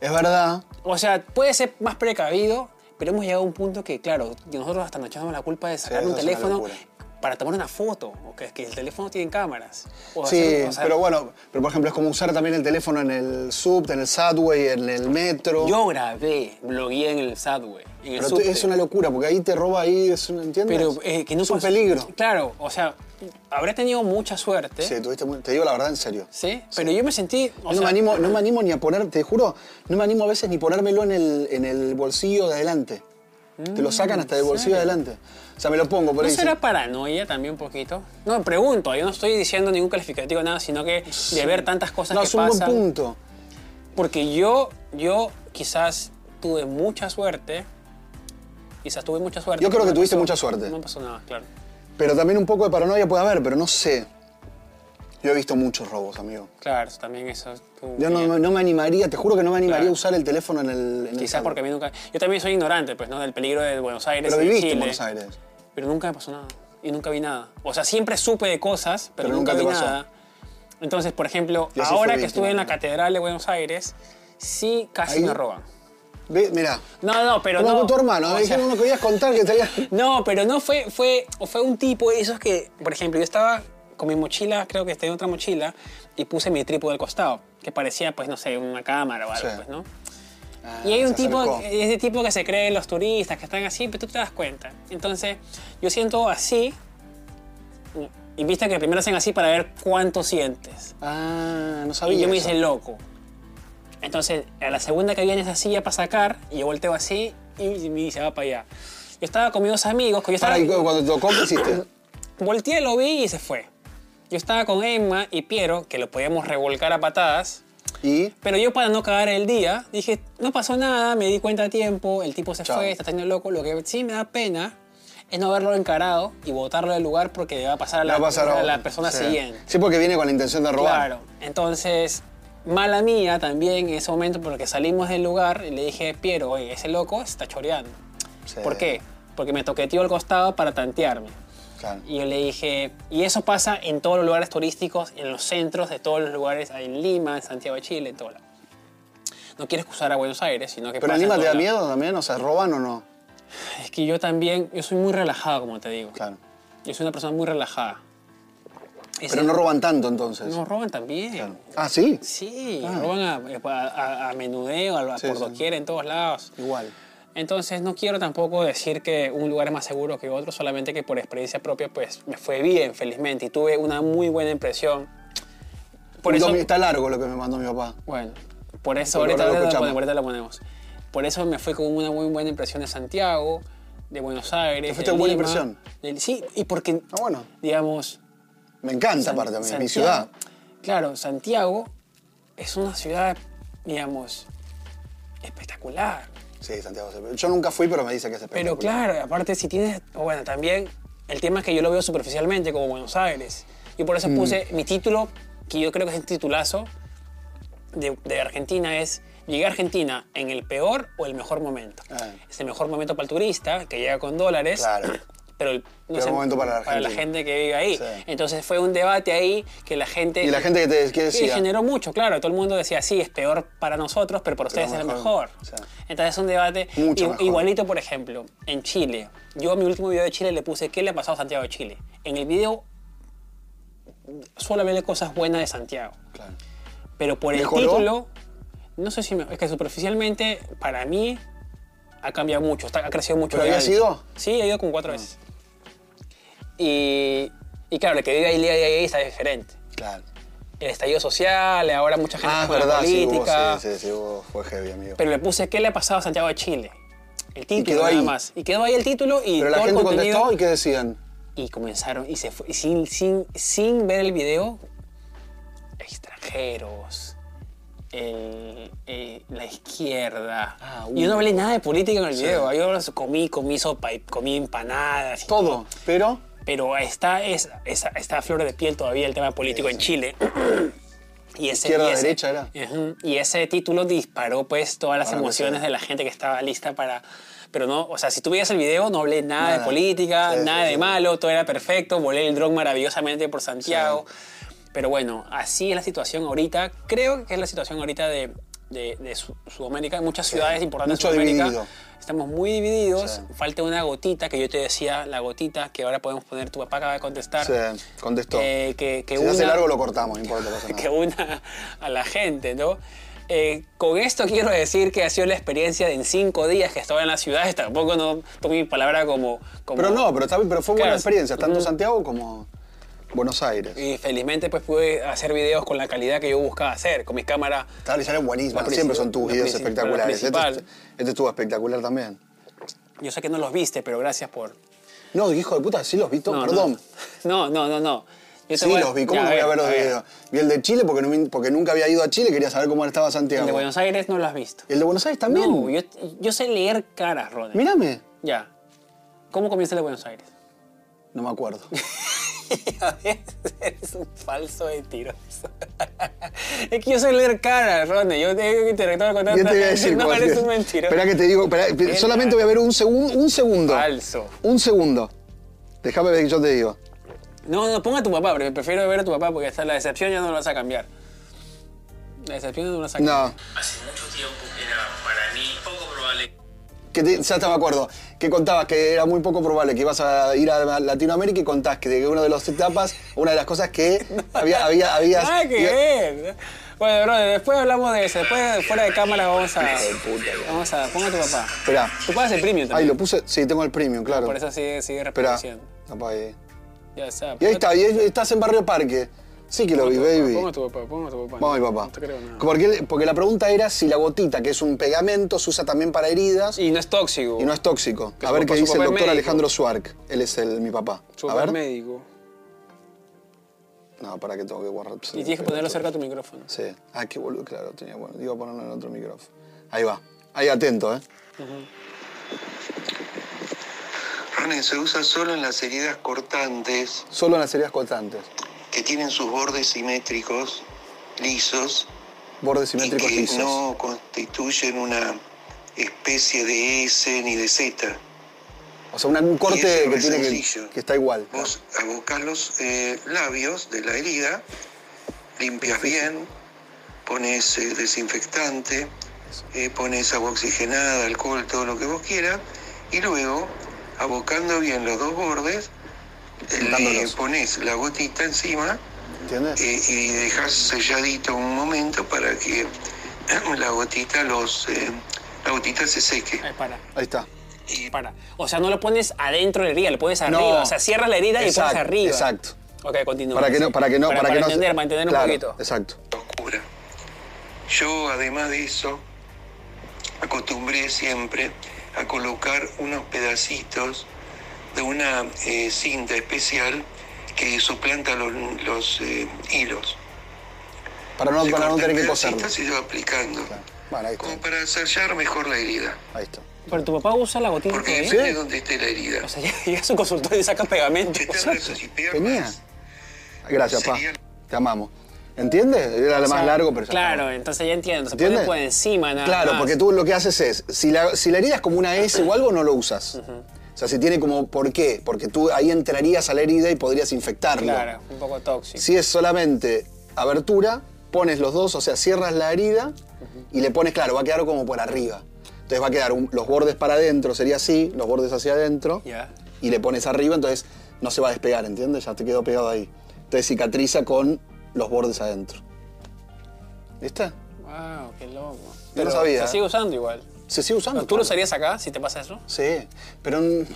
S2: Es verdad.
S1: O sea, puede ser más precavido, pero hemos llegado a un punto que, claro, nosotros hasta nos echamos la culpa de sacar
S2: eso
S1: un
S2: es una
S1: teléfono
S2: locura.
S1: para tomar una foto. O que, que el teléfono tiene cámaras. O
S2: Sí,
S1: hacer- o sea,
S2: pero bueno, pero por ejemplo es como usar también el teléfono en el subte, en el subway, en el metro.
S1: Yo grabé, blogueé en el subway. En el
S2: pero tú-
S1: subte.
S2: es una locura, porque ahí te roba ahí, es un- ¿entiendes?
S1: Pero eh, que no
S2: es un
S1: pasó-
S2: peligro.
S1: Claro, o sea, habré tenido mucha suerte.
S2: Sí,
S1: Sí.
S2: tuviste muy- te digo la verdad en serio.
S1: Pero yo me sentí. o
S2: no,
S1: sea,
S2: me animo, no me animo ni a poner, te juro, no me animo a veces ni ponérmelo en el, en el bolsillo de adelante. te lo sacan hasta del bolsillo de adelante. O sea, me lo pongo por
S1: Mm, ¿No
S2: ahí.
S1: será paranoia también un poquito? No, pregunto, yo no estoy diciendo ningún calificativo, nada, sino que de ver tantas cosas
S2: no,
S1: que
S2: es un
S1: pasan.
S2: buen punto.
S1: Porque yo, yo quizás tuve mucha suerte. Quizás tuve mucha suerte.
S2: Yo creo
S1: No
S2: que
S1: me
S2: tuviste
S1: pasó-
S2: mucha suerte.
S1: No pasó nada, claro.
S2: Pero también un poco de paranoia puede haber, pero no sé. Yo he visto muchos robos, amigo.
S1: Claro, eso también eso. tú-
S2: Yo no, no me animaría, te juro que no me animaría
S1: Claro.
S2: a usar el teléfono en el. en el
S1: Quizás
S2: subway.
S1: porque a mí nunca. Yo también soy ignorante, pues, ¿no? Del peligro de Buenos Aires.
S2: Pero
S1: y de
S2: viviste en
S1: Chile.
S2: Buenos Aires.
S1: pero nunca me pasó nada y nunca vi nada. O sea, siempre supe de cosas, pero,
S2: Pero nunca
S1: nunca,
S2: te
S1: vi
S2: pasó.
S1: nada. Entonces, por ejemplo,
S2: Yo sí fui
S1: ahora que
S2: víctima,
S1: estuve en la
S2: ¿no?
S1: Catedral de Buenos Aires, sí casi
S2: Ahí-
S1: me roban.
S2: Ve, mirá.
S1: No, no, pero
S2: Como
S1: no.
S2: con tu hermano,
S1: o
S2: me
S1: sea,
S2: dijeron uno que ibas a contar que te había-
S1: no, pero no fue, fue, o fue un tipo de esos que, por ejemplo, yo estaba con mi mochila, creo que tenía otra mochila, y puse mi trípode al costado, que parecía, pues, no sé, una cámara o algo,
S2: Sí.
S1: pues, ¿no?
S2: Ah,
S1: Y hay un
S2: se
S1: tipo,
S2: acercó.
S1: ese tipo que se cree los turistas, que están así, pero tú te das cuenta. Entonces, yo siento así, y viste que primero hacen así para ver cuánto sientes.
S2: Ah, no sabía.
S1: Y yo me
S2: eso.
S1: hice loco. Entonces, a la segunda que vienes así ya para sacar, y yo volteo así, y me dice, va para allá. Yo estaba con mis dos amigos, que yo estaba...
S2: Pará, y cu- cuando te tocó, ¿qué hiciste?
S1: Volteé, lo vi y se fue. Yo estaba con Emma y Piero, que lo podíamos revolcar a patadas.
S2: Y.
S1: Pero yo para no cagar el día, dije, no pasó nada, me di cuenta a tiempo, el tipo se
S2: Chao.
S1: fue, está teniendo loco. Lo que sí me da pena es no haberlo encarado y botarlo del lugar porque va a pasar a
S2: le
S1: la,
S2: va a pasar a-
S1: a la persona
S2: sí.
S1: siguiente.
S2: Sí, porque viene con la intención de robar.
S1: Claro. Entonces, mala mía también en ese momento porque salimos del lugar y le dije, Piero, oye, ese loco se está choreando.
S2: Sí.
S1: ¿Por qué? Porque me toqueteó al costado para tantearme.
S2: Claro.
S1: Y yo le dije, y eso pasa en todos los lugares turísticos, en los centros de todos los lugares, en Lima, en Santiago de Chile, en todo lado. No quiero excusar a Buenos Aires, sino que
S2: Pero
S1: pasa en
S2: Lima te
S1: todo
S2: da
S1: lado.
S2: miedo también, o sea, roban o no.
S1: Es que yo también, yo soy muy relajado, como te digo.
S2: Claro.
S1: Yo soy una persona muy relajada. Es
S2: Pero
S1: el-
S2: no roban tanto entonces.
S1: nos roban también.
S2: Ah, sí.
S1: Sí, roban a, a- a- a menudeo, a, a
S2: Sí,
S1: por
S2: sí.
S1: doquier, en todos lados.
S2: Igual.
S1: Entonces no quiero tampoco decir que un lugar es más seguro que otro, solamente que por experiencia propia pues me fue bien, felizmente, y tuve una muy buena impresión Por
S2: Un
S1: eso-
S2: domi- Está largo lo que me mandó mi papá.
S1: Bueno, por eso ahorita,
S2: Pero ahora lo
S1: ahorita la
S2: escuchamos.
S1: ponemos, ahorita la ponemos. Por eso me fue con una muy buena impresión de Santiago, de Buenos Aires.
S2: ¿Te
S1: de
S2: fuiste con buena
S1: Lima,
S2: impresión?
S1: del- sí, y porque,
S2: Ah, bueno.
S1: digamos,
S2: Me encanta,
S1: San-
S2: aparte, a mí, mi
S1: Santiago-
S2: ciudad.
S1: Claro, Santiago es una ciudad, digamos, espectacular.
S2: Sí, Santiago. se- Yo nunca fui, pero me dice que es
S1: Pero
S2: espectacular.
S1: claro, aparte si tienes, o bueno, también el tema es que yo lo veo superficialmente como Buenos Aires. Yo por
S2: Mm.
S1: eso puse mi título, que yo creo que es el titulazo de, de Argentina, es llegué a Argentina en el peor o el mejor momento.
S2: Ah.
S1: Es el mejor momento para el turista, que llega con dólares.
S2: Claro.
S1: Pero el
S2: Peor momento para la Argentina.
S1: gente que vive ahí.
S2: Sí.
S1: Entonces fue un debate ahí que la gente...
S2: Y la gente que te que
S1: Sí,
S2: decía.
S1: generó mucho, claro. Todo el mundo decía, sí, es peor para nosotros, pero para
S2: Pero
S1: ustedes es el
S2: mejor,
S1: mejor.
S2: o sea.
S1: Entonces es un debate
S2: Mucho
S1: i-
S2: mejor.
S1: igualito, por ejemplo, en Chile. Yo a mi último video de Chile le puse, ¿qué le ha pasado a Santiago de Chile? En el video solo hablé de cosas buenas de Santiago,
S2: Claro.
S1: pero por el
S2: ¿Mejoró?
S1: título, no sé si me- es que superficialmente, para mí, ha cambiado mucho, está- ha crecido mucho.
S2: ¿Pero
S1: el
S2: habías
S1: nivel.
S2: ido? Ah.
S1: Sí, he ido como cuatro veces. Y, y claro, el que vive ahí el día a día ahí está diferente
S2: Claro.
S1: el estallido social, ahora mucha gente
S2: Ah, es
S1: con la
S2: verdad, sí, vos,
S1: política.
S2: sí, sí, sí, vos fue heavy, amigo. Pero,
S1: Pero le puse ¿qué le ha pasado a Santiago de Chile? El título
S2: quedó
S1: nada
S2: ahí.
S1: más. Y quedó ahí el título y
S2: la
S1: todo el
S2: gente
S1: contenido.
S2: contestó y ¿qué decían?
S1: Y comenzaron y se fue, y sin, sin, sin ver el video. Extranjeros. el- el- la izquierda.
S2: Ah,
S1: yo no
S2: uh.
S1: hablé nada de política en el video. Yo comí, comí sopa y comí empanadas. y
S2: Todo. Pero,
S1: pero está, es, esa- está a flor de piel todavía el tema político en Chile. Y ese,
S2: Izquierda,
S1: y ese-
S2: derecha era.
S1: Ujú. Y ese título disparó pues todas las
S2: Para lo que
S1: emociones
S2: sea.
S1: de la gente que estaba lista para... Pero no, o sea, si tú veías el video, no hablé nada,
S2: Nada.
S1: de política,
S2: Sí,
S1: nada
S2: sí,
S1: de
S2: sí.
S1: malo, todo era perfecto, volé el dron maravillosamente por Santiago. Pero bueno, así es la situación ahorita. Creo que es la situación ahorita de, de- de Su- Sudamérica. En muchas ciudades importantes de
S2: Mucho
S1: Sudamérica
S2: dividido.
S1: estamos muy divididos.
S2: Sí.
S1: Falta una gotita, que yo te decía, la gotita que ahora podemos poner, tu papá acaba de contestar.
S2: se contestó.
S1: eh, que, que
S2: si se
S1: una,
S2: hace largo lo cortamos, no importa, pasa nada.
S1: que una a la gente, ¿no? Eh, con esto quiero decir que ha sido la experiencia de en cinco días que estaba en las ciudades. Tampoco no tomé mi palabra como... como-
S2: Pero no, pero, está bien, pero fue buena
S1: Claro.
S2: experiencia, tanto Santiago como Buenos Aires.
S1: Y felizmente pues pude hacer videos con la calidad que yo buscaba hacer, con mi cámara
S2: Tal y salen buenísimas,
S1: La
S2: siempre son tus
S1: princip- la
S2: videos
S1: princip- la
S2: espectaculares. Este,
S1: principal.
S2: este estuvo espectacular también.
S1: Yo sé que no los viste, pero gracias por...
S2: No, hijo de puta, sí los vi todos,
S1: No,
S2: perdón.
S1: No, no, no, no. no. Yo te
S2: Sí
S1: voy a-
S2: los vi, ¿cómo
S1: Ya,
S2: no voy a ver los
S1: ver.
S2: videos? Vi el de Chile porque, no me- porque nunca había ido a Chile, quería saber cómo estaba
S1: El
S2: Santiago.
S1: de Buenos Aires no lo has visto.
S2: ¿Y el de Buenos Aires también?
S1: No, yo, yo sé leer caras, Ronen.
S2: Mírame.
S1: Ya. ¿Cómo comienza el de Buenos Aires?
S2: No me acuerdo.
S1: Eres un falso mentiroso. es que yo sé leer caras, Ronen. Yo he interactuado con
S2: Yo
S1: tanta
S2: te voy a
S1: gente.
S2: decir
S1: No,
S2: cuál
S1: eres
S2: es.
S1: un mentiroso.
S2: Esperá que te digo, esperá, pe-
S1: Era.
S2: solamente voy a ver un, segun- un segundo.
S1: Falso.
S2: Un segundo. Déjame ver que yo te digo.
S1: No, no, ponga a tu papá, porque prefiero ver a tu papá porque hasta la decepción ya no la vas a cambiar. La decepción ya no la vas a cambiar.
S2: No,
S1: Hace mucho tiempo era para mí poco probable
S2: que te- ya te me acuerdo. Que contabas que era muy poco probable que ibas a ir a Latinoamérica y contás que de una de las etapas, una de las cosas que había, había, habías-
S1: Nada que
S2: iba-
S1: ver. Ah, Bueno, bro, después hablamos de eso. Después, fuera de cámara, vamos a. Vamos a. Ponga a tu papá.
S2: Esperá.
S1: Tu papá es el premium
S2: Ahí
S1: también.
S2: lo puse. Sí, tengo el premium, claro.
S1: Por eso sigue, sigue
S2: Esperá.
S1: reproduciendo.
S2: Apagué.
S1: Ya está.
S2: eh. Y ahí está, y ahí estás en Barrio Parque. Sí que lo vi, baby.
S1: Ponga a tu papá, ponga a tu papá.
S2: Vamos,
S1: No,
S2: papá.
S1: No te creo nada.
S2: Porque, él- porque la pregunta era si la gotita, que es un pegamento, se usa también para heridas y,
S1: Y no es tóxico.
S2: no es tóxico.
S1: Que
S2: a
S1: su
S2: ver
S1: papá-
S2: qué
S1: su
S2: dice el
S1: papá es
S2: doctor
S1: médico.
S2: Alejandro Suark. Él es el, mi papá.
S1: Su
S2: a
S1: papá
S2: ver.
S1: es médico.
S2: No, para que tengo que guardar.
S1: Y tienes que ponerlo cerca a tu micrófono.
S2: Sí. Ah, qué boludo, claro. Tenía bueno. Iba a ponerlo en otro micrófono. Ahí va. Ahí atento, ¿eh?
S3: Ronen se usa solo en las heridas cortantes
S2: Solo en las heridas cortantes.
S3: que tienen sus bordes simétricos, lisos,
S2: Bordes
S3: y
S2: simétricos
S3: que
S2: lisos.
S3: no constituyen una especie de S ni de Z.
S2: O sea, una- un
S3: Y eso
S2: corte
S3: es
S2: que
S3: re
S2: tiene que,
S3: sencillo.
S2: que está igual.
S3: Vos abocás los eh, labios de la herida, limpias bien, pones eh, desinfectante, eh, pones agua oxigenada, alcohol, todo lo que vos quieras, y luego, abocando bien los dos bordes, le
S2: Juntándolos.
S3: pones la gotita encima
S2: ¿Entiendes?
S3: eh, y dejas selladito un momento para que la gotita los eh, la gotita se seque.
S1: Ay, Eh, para.
S2: Ahí está.
S3: Y
S1: Para. O sea, no lo pones adentro de la herida, lo pones arriba.
S2: No.
S1: O sea, cierras la herida y
S2: Exacto,
S1: pones arriba.
S2: Exacto.
S1: Ok, continúa.
S2: Para que no,
S1: sí.
S2: para que no,
S1: para,
S2: para que no se-
S1: entender, para entender
S2: Claro,
S1: un poquito.
S2: Exacto.
S3: oscura. Yo, además de eso, acostumbré siempre a colocar unos pedacitos de una eh, cinta especial que suplanta los, los, eh, hilos.
S2: Para no,
S3: Se
S2: para no
S3: cortan
S2: tener que
S3: pedacitos
S2: coserlo.
S3: y se va aplicando.
S2: Claro. Bueno, ahí
S3: Como
S2: está.
S3: para sellar mejor la herida.
S2: Ahí está.
S1: Pero tu papá usa la gotita
S3: Porque
S1: todavía.
S2: ¿Sí?
S3: depende de dónde esté la herida.
S1: O sea, llega a su consultorio y saca pegamento.
S3: Si
S1: O
S3: están
S1: sea,
S3: brazos y piernas,
S2: Tenía. Gracias, pa.
S3: Sería-
S2: Te amamos. ¿Entiendes? Era lo
S1: o sea,
S2: más largo, pero ya
S1: Claro,
S2: estaba.
S1: entonces ya entiendo. Se
S2: ¿Entiendes?
S1: pone por encima nada
S2: Claro,
S1: más.
S2: porque tú lo que haces es, si la, si la herida es como una S o algo, no lo usas. O sea, si tiene como, ¿por qué? Porque tú ahí entrarías a la herida y podrías infectarla.
S1: Claro, un poco tóxico.
S2: Si es solamente abertura, pones los dos, o sea, cierras la herida y le pones, claro, va a quedar como por arriba. Entonces va a quedar un- los bordes para adentro, sería así, los bordes hacia adentro.
S1: Ya.
S2: Y le pones arriba, entonces no se va a despegar, ¿entiendes? Ya te quedó pegado ahí. Entonces cicatriza con los bordes adentro. ¿Viste?
S1: Wow, qué loco.
S2: no sabía,
S1: Se
S2: ¿eh?
S1: sigue usando igual.
S2: Se sigue usando.
S1: ¿Tú lo
S2: claro.
S1: usarías acá si te pasa eso?
S2: Sí, pero un-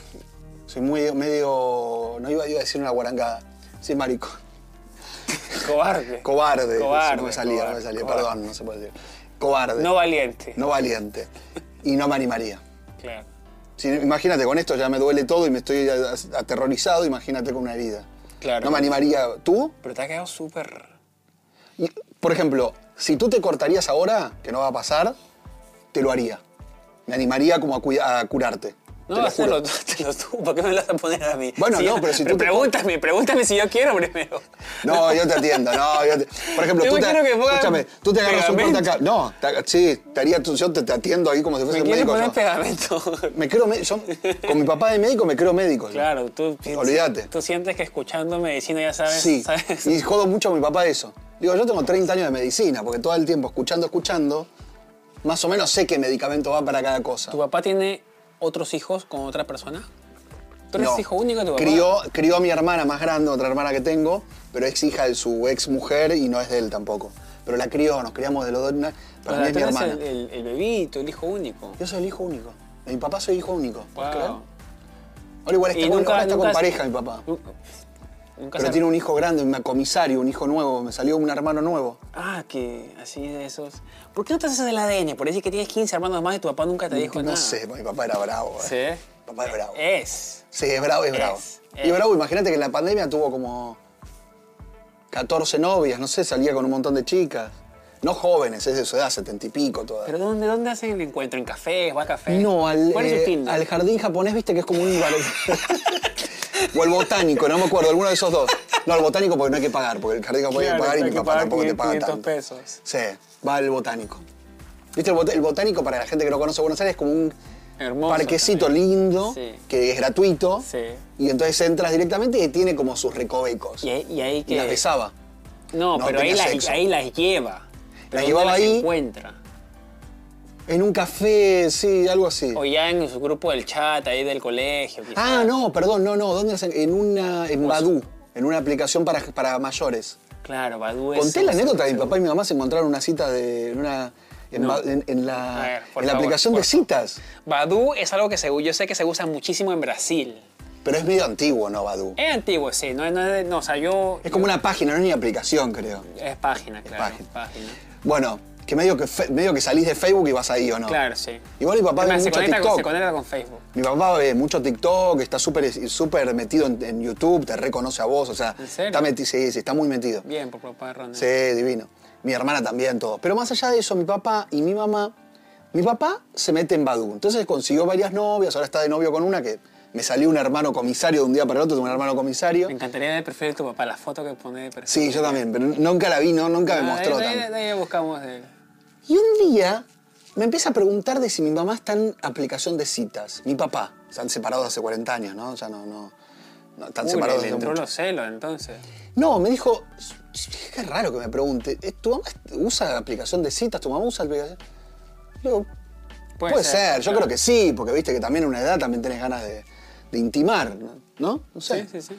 S2: soy muy medio. No iba, iba a decir una guarangada. Sí, maricón.
S1: Cobarde.
S2: Cobarde.
S1: Cobarde,
S2: No me salía, no me
S1: cobarde,
S2: salía.
S1: cobarde.
S2: Perdón, no se puede decir. Cobarde.
S1: No valiente.
S2: no valiente. Y no me animaría.
S1: Claro.
S2: Si- imagínate, con esto ya me duele todo y me estoy a- a- aterrorizado, imagínate con una herida.
S1: Claro.
S2: No me animaría. ¿Tú?
S1: Pero te ha quedado súper.
S2: Y, por ejemplo, si tú te cortarías ahora, que no va a pasar, te lo haría. Me animaría como a, cuida- a curarte.
S1: No,
S2: te lo juro.
S1: hazlo tú, hazlo tú, ¿por qué me lo vas a poner a mí?
S2: Bueno, no,
S1: yo-
S2: pero si tú te-
S1: Pregúntame, pregúntame si yo quiero primero.
S2: No, yo te entiendo, no, yo te- Por ejemplo,
S1: Yo
S2: tú
S1: me
S2: te,
S1: quiero que pongan
S2: escúchame, tú te agarras un
S1: pegamento.
S2: porta No, te- sí, te haría tú- yo te, te atiendo ahí como si
S1: Me
S2: fuese un
S1: quiero
S2: médico.
S1: poner
S2: yo.
S1: pegamento.
S2: Me creo me- yo, con mi papá de médico me creo médico. yo.
S1: Claro, tú.
S2: Olvídate.
S1: Tú sientes que escuchando medicina ya sabes.
S2: Sí,
S1: eh, ¿sabes?
S2: y jodo mucho a mi papá eso. Digo, yo tengo 30 años de medicina, porque todo el tiempo escuchando, escuchando, más o menos sé qué medicamento va para cada cosa.
S1: ¿Tu papá tiene otros hijos con otra persona? ¿Tú eres
S2: No.
S1: hijo único de tu papá?
S2: Crió, crió a mi hermana más grande, otra hermana que tengo, pero es hija de su ex mujer y no es de él tampoco. Pero la crió, nos criamos de los dos. na- Para
S1: Para
S2: mí es mi hermana.
S1: El, el, el bebito, el hijo único.
S2: Yo soy el hijo único. De mi papá soy hijo único. ¿puedes
S1: Wow.
S2: creer? Ahora igual está, con, ahora está con
S1: nunca-
S2: pareja mi papá.
S1: Nu- Nunca
S2: Pero
S1: se-
S2: tiene un hijo grande, un comisario, un hijo nuevo. Me salió un hermano nuevo.
S1: Ah, que así de esos. ¿Por qué no te haces el ADN? Por decir que tienes 15 hermanos más y tu papá nunca te dijo
S2: Mm, no
S1: nada.
S2: sé, mi papá era bravo. eh.
S1: ¿Sí?
S2: Mi Papá es bravo.
S1: Es.
S2: Sí, es bravo, es,
S1: es, eh.
S2: bravo. Y
S1: es.
S2: bravo, imagínate que en la pandemia tuvo como 14 novias, no sé, salía con un montón de chicas. No jóvenes, es de su edad, setenta y pico todas.
S1: ¿Pero dónde, dónde hacen el encuentro? ¿En cafés? ¿Va a café?
S2: No, al,
S1: ¿Cuál es
S2: eh,
S1: el fin?
S2: al jardín japonés, viste que es como un bar. o al botánico, no me acuerdo, alguno de esos dos. No, al botánico porque no hay que pagar, porque el jardín japonés
S1: Claro,
S2: hay que pagar y
S1: hay
S2: mi
S1: que
S2: papá
S1: pagar
S2: tampoco te paga
S1: 500
S2: tanto.
S1: pesos.
S2: Sí, va al botánico. Viste, el, bot- el botánico, para la gente que no conoce Buenos Aires, es como un
S1: Hermoso
S2: parquecito lindo,
S1: Sí.
S2: que es gratuito.
S1: Sí.
S2: Y entonces entras directamente y tiene como sus recovecos.
S1: Y, ahí- y ahí que.
S2: Y las besaba.
S1: No,
S2: No,
S1: pero ahí
S2: tenía
S1: las,
S2: sexo.
S1: ahí las lleva. Pero ¿dónde
S2: llevaba
S1: las
S2: ahí.
S1: encuentra.
S2: En un café, sí, algo así.
S1: O ya en su grupo del chat, ahí del colegio. quizás.
S2: Ah, no, perdón, no, no. ¿Dónde las en- En una. En Badoo, en una aplicación para, para mayores.
S1: Claro, Badu es.
S2: Conté la anécdota de mi papá y mi mamá se encontraron una cita de. En, una, en,
S1: No.
S2: Ba- en- en la,
S1: A ver, por
S2: en la
S1: favor,
S2: aplicación
S1: por
S2: de citas.
S1: Badu es algo que se, yo sé que se usa muchísimo en Brasil.
S2: Pero es medio antiguo, ¿no, Badoo?
S1: Es antiguo, sí. No, no, es de- no, o sea, yo.
S2: Es como una página, no es ni aplicación, creo.
S1: Es página, claro.
S2: página.
S1: página.
S2: Bueno, que medio que, fe- medio que salís de Facebook y vas ahí, ¿o no?
S1: Claro, sí.
S2: Igual mi papá ve
S1: Además, se,
S2: Ah. mucho
S1: conecta con, se
S2: TikTok.
S1: conecta con Facebook.
S2: Mi papá ve mucho TikTok, está súper súper metido en, en YouTube, te reconoce a vos, o sea,
S1: ¿En serio?
S2: está metido, sí, sí, está muy metido.
S1: Bien, por papá de Ronald.
S2: Sí, divino. Mi hermana también, todo. Pero más allá de eso, mi papá y mi mamá, mi papá se mete en Badú. Entonces consiguió varias novias, ahora está de novio con una que me salió un hermano comisario de un día para el otro, tengo un hermano comisario.
S1: Me encantaría ver perfil de tu papá, la foto que pone de perfil.
S2: Sí, yo también, pero nunca la vi, no, nunca me
S1: Ah,
S2: mostró
S1: de, ahí-
S2: tanto.
S1: de ahí buscamos de él.
S2: Y un día me empieza a preguntar de si mi mamá está en aplicación de citas. Mi papá. Se han separado hace 40 años, ¿no? Ya no, no. no, están
S1: Uy,
S2: separados
S1: le
S2: desde
S1: entró
S2: mucho.
S1: los celos, entonces.
S2: No, me dijo. Qué raro que me pregunte. eh, ¿Tu mamá usa aplicación de citas? ¿Tu mamá usa aplicación? Le digo, puede, ser, yo creo que sí, porque viste que también a una edad también tenés ganas de, de intimar, ¿no? No sé.
S1: Sí, sí, sí.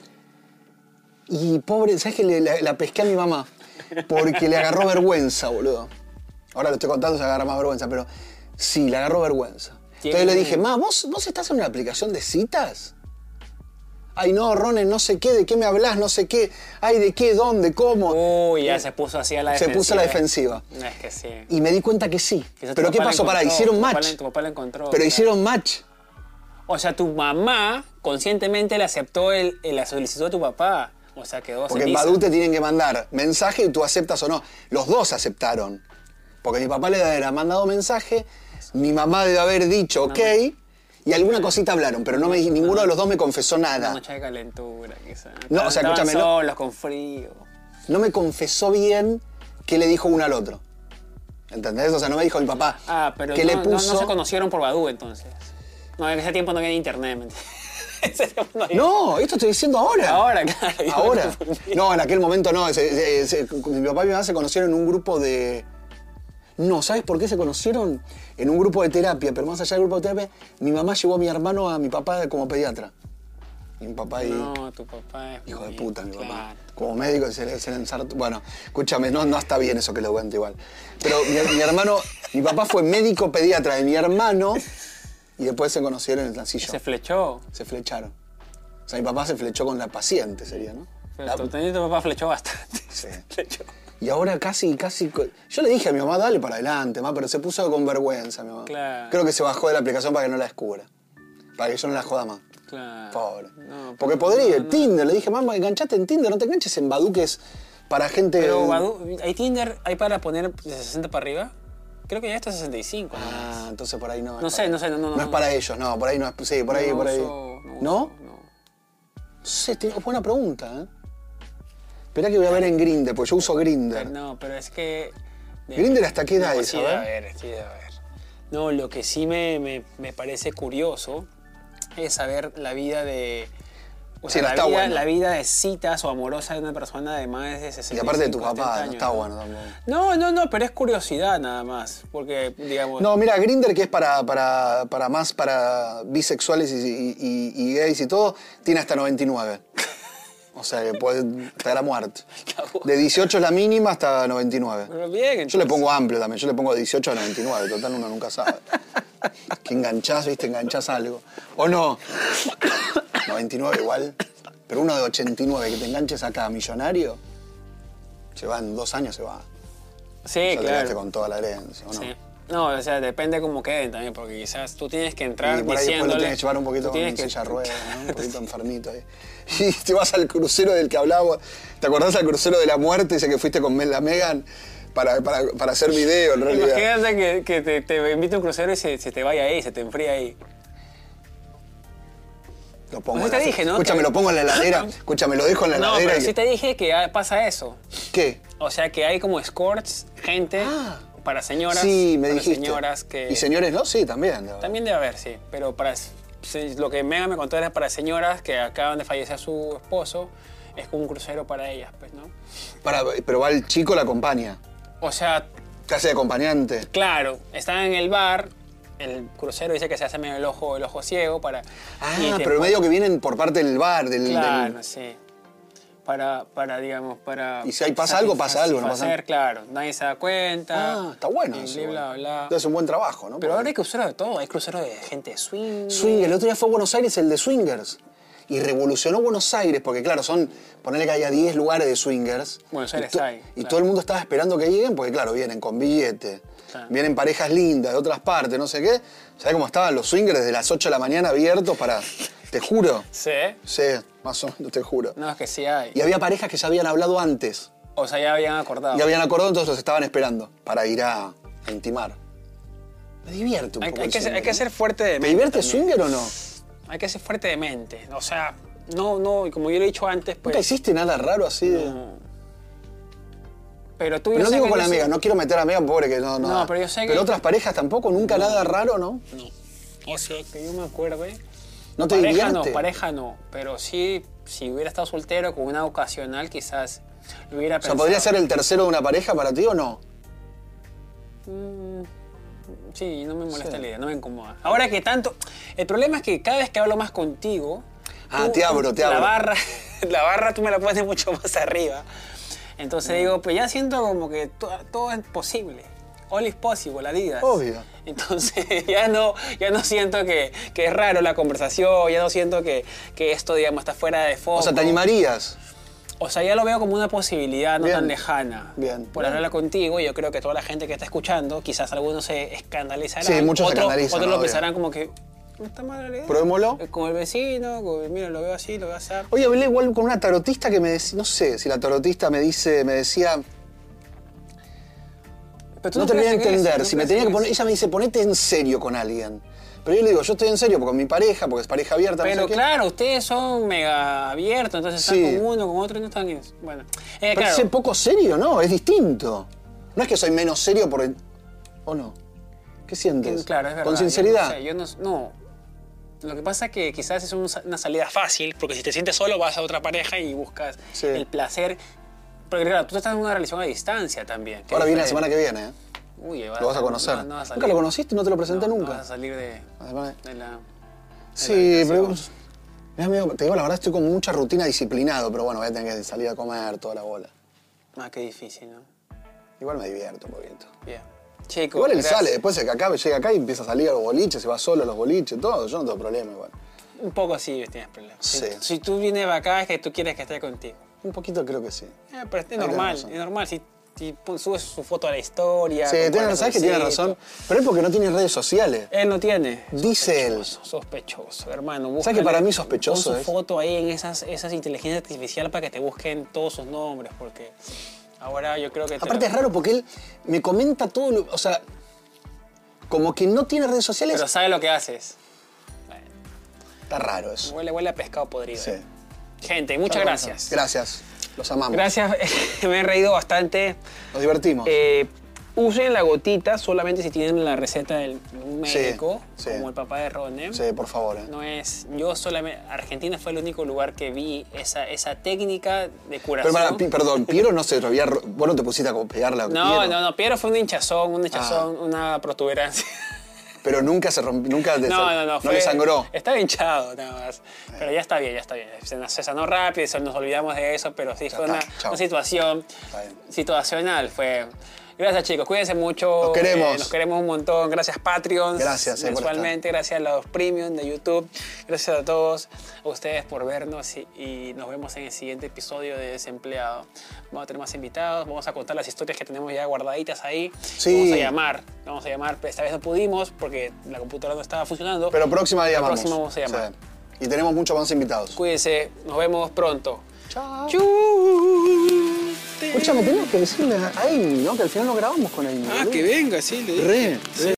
S2: Y pobre, ¿sabes que le- la, la pesqué a mi mamá? Porque le agarró vergüenza, boludo. Ahora lo estoy contando, se agarra más vergüenza, pero sí, le agarró vergüenza. Entonces
S1: ¿Quién?
S2: le dije, ma, ¿vos, ¿vos estás en una aplicación de citas? ay no, Ronen, no sé qué, de qué me hablas, no sé qué, ay, de qué, dónde, cómo.
S1: Uy, ya se puso así a la
S2: se
S1: defensiva. eh.
S2: puso a la defensiva.
S1: Es que sí.
S2: Y me di cuenta que sí.
S1: Quizás tu
S2: Pero ¿qué
S1: papá la
S2: pasó? Pará,
S1: encontró,
S2: hicieron
S1: tu papá
S2: match.
S1: la- Tu papá la encontró.
S2: Pero
S1: claro.
S2: hicieron match.
S1: O sea, tu mamá conscientemente le aceptó el, el- la solicitud de tu papá. O sea, quedó
S2: Porque en
S1: ceniza.
S2: Badú te tienen que mandar mensaje y tú aceptas o no. Los dos aceptaron. Porque mi papá le debe haber mandado mensaje, mi mamá debe haber dicho ok, y alguna cosita hablaron, pero no me, ninguno de los dos me confesó
S1: Una
S2: nada.
S1: noche de calentura, quizás.
S2: No, o sea,
S1: Estaban
S2: escúchame, no-
S1: solos, con frío.
S2: No me confesó bien qué le dijo uno al otro. ¿Entendés? O sea, no me dijo mi papá
S1: Ah, pero
S2: qué
S1: no,
S2: le
S1: no- no
S2: puso.
S1: se conocieron por Badú, entonces. No, en ese tiempo no había internet, ¿me entiendes? En ese tiempo no había-
S2: No, esto estoy diciendo ahora.
S1: Ahora, claro. yo
S2: Ahora.
S1: me confundí.
S2: No, en aquel momento no. se- se- se- mi papá y mi mamá se conocieron en un grupo de. No, ¿sabes por qué se conocieron? En un grupo de terapia, pero más allá del grupo de terapia, mi mamá llevó a mi hermano a mi papá como pediatra. Y mi papá y.
S1: No, tu papá es.
S2: Hijo de
S1: muy-
S2: puta, mi papá.
S1: claro.
S2: Como médico se le, se le ensartó- Bueno, escúchame, no, no está bien eso que le cuento igual. Pero mi, mi hermano, mi papá fue médico pediatra de mi hermano y después se conocieron en el pasillo.
S1: Se flechó.
S2: Se flecharon. O sea, mi papá se flechó con la paciente, sería, ¿no?
S1: Pero
S2: La-
S1: tu, tu papá flechó bastante.
S2: Sí.
S1: Flechó.
S2: Y ahora casi, casi. co- Yo le dije a mi mamá, dale para adelante, mamá, pero se puso con vergüenza, mi mamá.
S1: Claro.
S2: Creo que se bajó de la aplicación para que no la descubra. Para que yo no la joda más.
S1: Claro.
S2: Pobre.
S1: Ah, No,
S2: Porque
S1: pero-
S2: podría,
S1: no, no.
S2: Tinder. Le dije, mamá, enganchate en Tinder, no te enganches en baduques para gente.
S1: Pero Badoo- ¿hay Tinder? ¿Hay para poner de 60 para arriba? Creo que ya está 65. ¿no?
S2: Ah, entonces por ahí no. es
S1: No
S2: para-
S1: sé, no sé, no, no,
S2: No es
S1: no.
S2: para ellos, no, por ahí no es. Sí, por ahí,
S1: No
S2: por ahí.
S1: uso-
S2: ¿No?
S1: uso,
S2: Sí, te- buena pregunta, ¿eh? Esperá que voy a ver en Grindr, porque yo uso Grindr.
S1: Pero no, pero es que. de-
S2: Ah. Grindr, ¿hasta qué edad
S1: no,
S2: es?
S1: sí
S2: A
S1: debe
S2: ver.
S1: haber, sí debe haber. No, lo que sí me, me- me parece curioso es saber la vida de. O
S2: Sí,
S1: sea,
S2: no
S1: la,
S2: está
S1: vida,
S2: bueno.
S1: la vida de citas o amorosa de una persona de más de 60
S2: Y aparte de tu papá, no está bueno tampoco.
S1: No, no, no, pero es curiosidad nada más. Porque, digamos.
S2: No, mira, Grinder, que es para, para, para más para bisexuales y, y- y- y gays y todo, tiene hasta 99. O sea, que puede estar a muerte. De 18 es la mínima hasta 99.
S1: Pero bien,
S2: Yo le
S1: entonces.
S2: pongo amplio también, yo le pongo de 18 a 99, total uno nunca sabe. Que enganchás, viste, enganchás algo. O no, 99 igual, pero uno de 89 que te enganches acá, millonario, se va en dos años, se va.
S1: Sí,
S2: ya te quedaste
S1: claro.
S2: con toda la herencia, ¿o no?
S1: Sí. No, o sea, depende cómo queden también, porque quizás tú tienes que entrar
S2: Y por ahí después
S1: diciéndole...
S2: lo tienes que llevar un
S1: tú
S2: poquito con
S1: tienes que-
S2: silla de ruedas, ¿no? un poquito enfermito ahí. Y te vas al crucero del que hablaba. ¿Te acordás al crucero de la muerte ese que fuiste con la Megan para, para, para hacer video en realidad?
S1: Imagínate que, que te, te invite a un crucero y se, se te vaya ahí, se te enfría ahí.
S2: Lo pongo
S1: Pues
S2: en
S1: te
S2: la-
S1: dije, ¿no?
S2: Escúchame, lo pongo en la heladera. Escúchame, lo dejo en la
S1: no,
S2: heladera.
S1: pero
S2: y-
S1: sí te dije que ah, pasa eso.
S2: ¿Qué?
S1: O sea, que hay como escorts, gente
S2: Ah.
S1: para señoras,
S2: sí, me
S1: para
S2: dijiste.
S1: señoras que...
S2: ¿Y señores no? Sí, también. la verdad.
S1: También debe haber, sí, pero para... sí, Lo que Mega me contó era para señoras que acaban de fallecer su esposo, es como un crucero para ellas, pues, ¿no?
S2: Para, pero va el chico, la acompaña.
S1: O sea,
S2: Te hace de acompañante.
S1: Claro, están en el bar, el crucero dice que se hace medio el ojo, el ojo ciego para...
S2: Ah,
S1: y te
S2: pero
S1: pon-
S2: medio que vienen por parte del bar, del. del-
S1: este Claro, sí. Para, para, digamos, para...
S2: Y si ahí pasa algo, pasa algo, no pasa nada.
S1: satisfacer, claro, nadie se da cuenta.
S2: Ah, está bueno.
S1: y
S2: eso,
S1: bli, bla,
S2: igual.
S1: bla.
S2: Entonces, un buen trabajo,
S1: Pero
S2: ¿no? Porque-
S1: ahora hay cruceros de todo, hay cruceros de gente swing.
S2: Swinger, el otro día fue a Buenos Aires el de Swingers. Y revolucionó Buenos Aires, porque claro, son, ponerle que haya 10 lugares de swingers.
S1: Buenos
S2: Y
S1: Aires
S2: to-
S1: hay,
S2: Y
S1: claro.
S2: todo el mundo estaba esperando que lleguen, porque claro, vienen con billete,
S1: Claro.
S2: vienen parejas lindas de otras partes, no sé qué. ¿Sabés cómo estaban los swingers desde las 8 de la mañana abiertos para. Te juro.
S1: Sí.
S2: Sí, más o menos, te juro.
S1: No, es que sí hay.
S2: Y había parejas que ya habían hablado antes.
S1: O sea, ya habían acordado.
S2: Y habían acordado, entonces los estaban esperando para ir a, a intimar. Me divierte un
S1: Hay,
S2: poco.
S1: hay
S2: el
S1: que ser,
S2: swinger,
S1: hay que
S2: ¿no?
S1: ser fuerte de
S2: ¿Te
S1: mente.
S2: divierte
S1: también.
S2: swinger o no?
S1: Hay que ser fuerte de mente. O sea, no, no, y como yo lo he dicho antes,
S2: ¿Nunca
S1: pues...
S2: hiciste nada raro así de.?
S1: Pero tú y
S2: Pero
S1: yo
S2: no
S1: sé
S2: digo
S1: que
S2: con
S1: yo
S2: la
S1: sé-
S2: amiga, no quiero meter a amiga, pobre que no, no.
S1: No,
S2: da.
S1: pero yo sé que-
S2: Pero otras parejas tampoco, nunca nada raro, ¿no?
S1: No. O sea, que yo me acuerde.
S2: ¿No te
S1: pareja
S2: divierte?
S1: no, pareja no. Pero sí, si hubiera estado soltero con una ocasional, quizás lo hubiera
S2: O sea,
S1: pensado.
S2: ¿podría ser el tercero de una pareja para ti o no?
S1: Sí, no me molesta
S2: Sí.
S1: la idea, no me incomoda. Ahora que tanto. El problema es que cada vez que hablo más contigo.
S2: Ah, te abro, te
S1: la
S2: abro.
S1: Barra, la barra tú me la pones mucho más arriba. Entonces digo, pues ya siento como que to- todo es posible. all is possible, Adidas.
S2: Obvio.
S1: Entonces ya no, ya no siento que, que es raro la conversación, ya no siento que, que esto, digamos, está fuera de foco.
S2: O sea, ¿te animarías?
S1: O sea, ya lo veo como una posibilidad no
S2: Bien.
S1: tan lejana.
S2: Bien,
S1: Por
S2: bien.
S1: hablarla contigo, yo creo que toda la gente que está escuchando, quizás algunos se escandalizarán.
S2: Sí, muchos se
S1: otros,
S2: escandalizan,
S1: Otros lo
S2: obvio.
S1: pensarán como que, no está mal la idea.
S2: Probémoslo.
S1: Eh, Con el vecino, con el- mira, lo veo así, lo veo así.
S2: Hoy hablé igual con una tarotista que me decía, no sé, si la tarotista me dice, me decía,
S1: Pero tú
S2: no te voy a
S1: crees en
S2: entender,
S1: eso,
S2: si
S1: no crees
S2: me tenía que
S1: en
S2: poner,
S1: eso.
S2: ella me dice, ponete en serio con alguien. Pero yo le digo, yo estoy en serio con mi pareja, porque es pareja abierta. no sé
S1: Pero
S2: qué.
S1: claro, ustedes son mega abiertos, entonces están
S2: Sí.
S1: con uno, con otro y no están... en- Bueno, eh,
S2: Pero
S1: claro.
S2: ese poco serio, ¿no? Es distinto. No es que soy menos serio por... el- ¿O no? ¿Qué sientes?
S1: Mm, Claro, es verdad.
S2: Con sinceridad.
S1: Yo no, sé, yo no, no. Lo que pasa es que quizás es un sa- una salida fácil, porque si te sientes solo vas a otra pareja y buscas
S2: Sí.
S1: el placer. Porque claro, tú estás en una relación a distancia también.
S2: Ahora viene la semana que viene, ¿eh?
S1: Uy,
S2: Lo vas a conocer.
S1: no- no vas a
S2: nunca
S1: salir.
S2: lo conociste, no te lo presenté
S1: No, no
S2: nunca.
S1: vas a salir de,
S2: Además-
S1: de la...
S2: Sí,
S1: habitación.
S2: pero... Mirá, amigo, te digo, la verdad estoy con mucha rutina disciplinado, pero bueno, voy a tener que salir a comer toda la bola.
S1: Ah, qué difícil, ¿no?
S2: Igual me divierto un poquito.
S1: Bien. Chicos,
S2: Igual él
S1: gracias.
S2: sale, después de que acabe, llega acá y empieza a salir a los boliches, se va solo a los boliches, todo. Yo no tengo problema igual.
S1: Un poco así tienes problemas.
S2: Sí.
S1: Si, si tú vienes para acá es que tú quieres que esté contigo.
S2: Un poquito creo que sí.
S1: Eh, pero es
S2: tenés
S1: normal, es
S2: razón.
S1: normal. Si, si pon- subes su foto a la historia...
S2: Sí,
S1: compartes
S2: tiene- sabes que
S1: un
S2: tiene
S1: sitio.
S2: razón, pero es porque no tiene redes sociales.
S1: Él Eh, no tiene.
S2: Dice él.
S1: Sospechoso, Sospechoso, hermano.
S2: ¿Sabes que para mí sospechoso
S1: Pon su
S2: es?
S1: foto ahí en esas, esas inteligencias artificiales para que te busquen todos sus nombres, porque ahora yo creo que... te-
S2: Aparte es raro porque él me comenta todo, lo- o sea, como que no tiene redes sociales.
S1: Pero sabe lo que haces.
S2: Está raro eso.
S1: Huele, huele a pescado podrido.
S2: Sí.
S1: eh. Gente, muchas gracias.
S2: Gracias. Los amamos.
S1: Gracias, me he reído bastante.
S2: Nos divertimos.
S1: Eh, usen la gotita solamente si tienen la receta del médico,
S2: Sí, sí.
S1: como el papá de Ronen.
S2: sí, por favor. eh.
S1: No es, yo solamente, Argentina fue el único lugar que vi esa, esa técnica de
S2: Pero
S1: curación.
S2: para, pi- perdón, Piero no se lo había. ro- Vos no te pusiste a como pegarla. con
S1: No,
S2: Piero,
S1: no, no, Piero fue un hinchazón, un hinchazón,
S2: Ah.
S1: una protuberancia.
S2: Pero nunca se rompió, nunca desa-
S1: No, no, no. fue-
S2: le sangró. Eh.
S1: Estaba hinchado nada más. Pero ya está bien, ya está bien. Se, se sanó rápido, se- nos olvidamos de eso, pero sí fue
S2: está,
S1: una,
S2: chao.
S1: una situación
S2: Está bien.
S1: situacional. Fue. Gracias chicos, cuídense mucho.
S2: Los queremos.
S1: nos queremos un montón. Gracias Patreons.
S2: Gracias, eh, por
S1: mensualmente. gracias a los premium de YouTube. Gracias a todos a ustedes por vernos y, y nos vemos en el siguiente episodio de Desempleado. Vamos a tener más invitados, vamos a contar las historias que tenemos ya guardaditas ahí.
S2: Sí.
S1: Vamos a llamar, vamos a llamar. pero Esta vez no pudimos porque la computadora no estaba funcionando.
S2: Pero próxima día
S1: La
S2: vamos.
S1: próxima vamos a llamar.
S2: Sí. Y tenemos muchos más invitados.
S1: Cuídense, nos vemos pronto.
S2: Chao.
S1: Chu.
S2: Escúchame, tenemos que decirle a Amy, ¿no? Que al final no grabamos con Amy.
S1: Ah,
S2: boludo.
S1: que venga, sí, le dije.
S2: Re, re.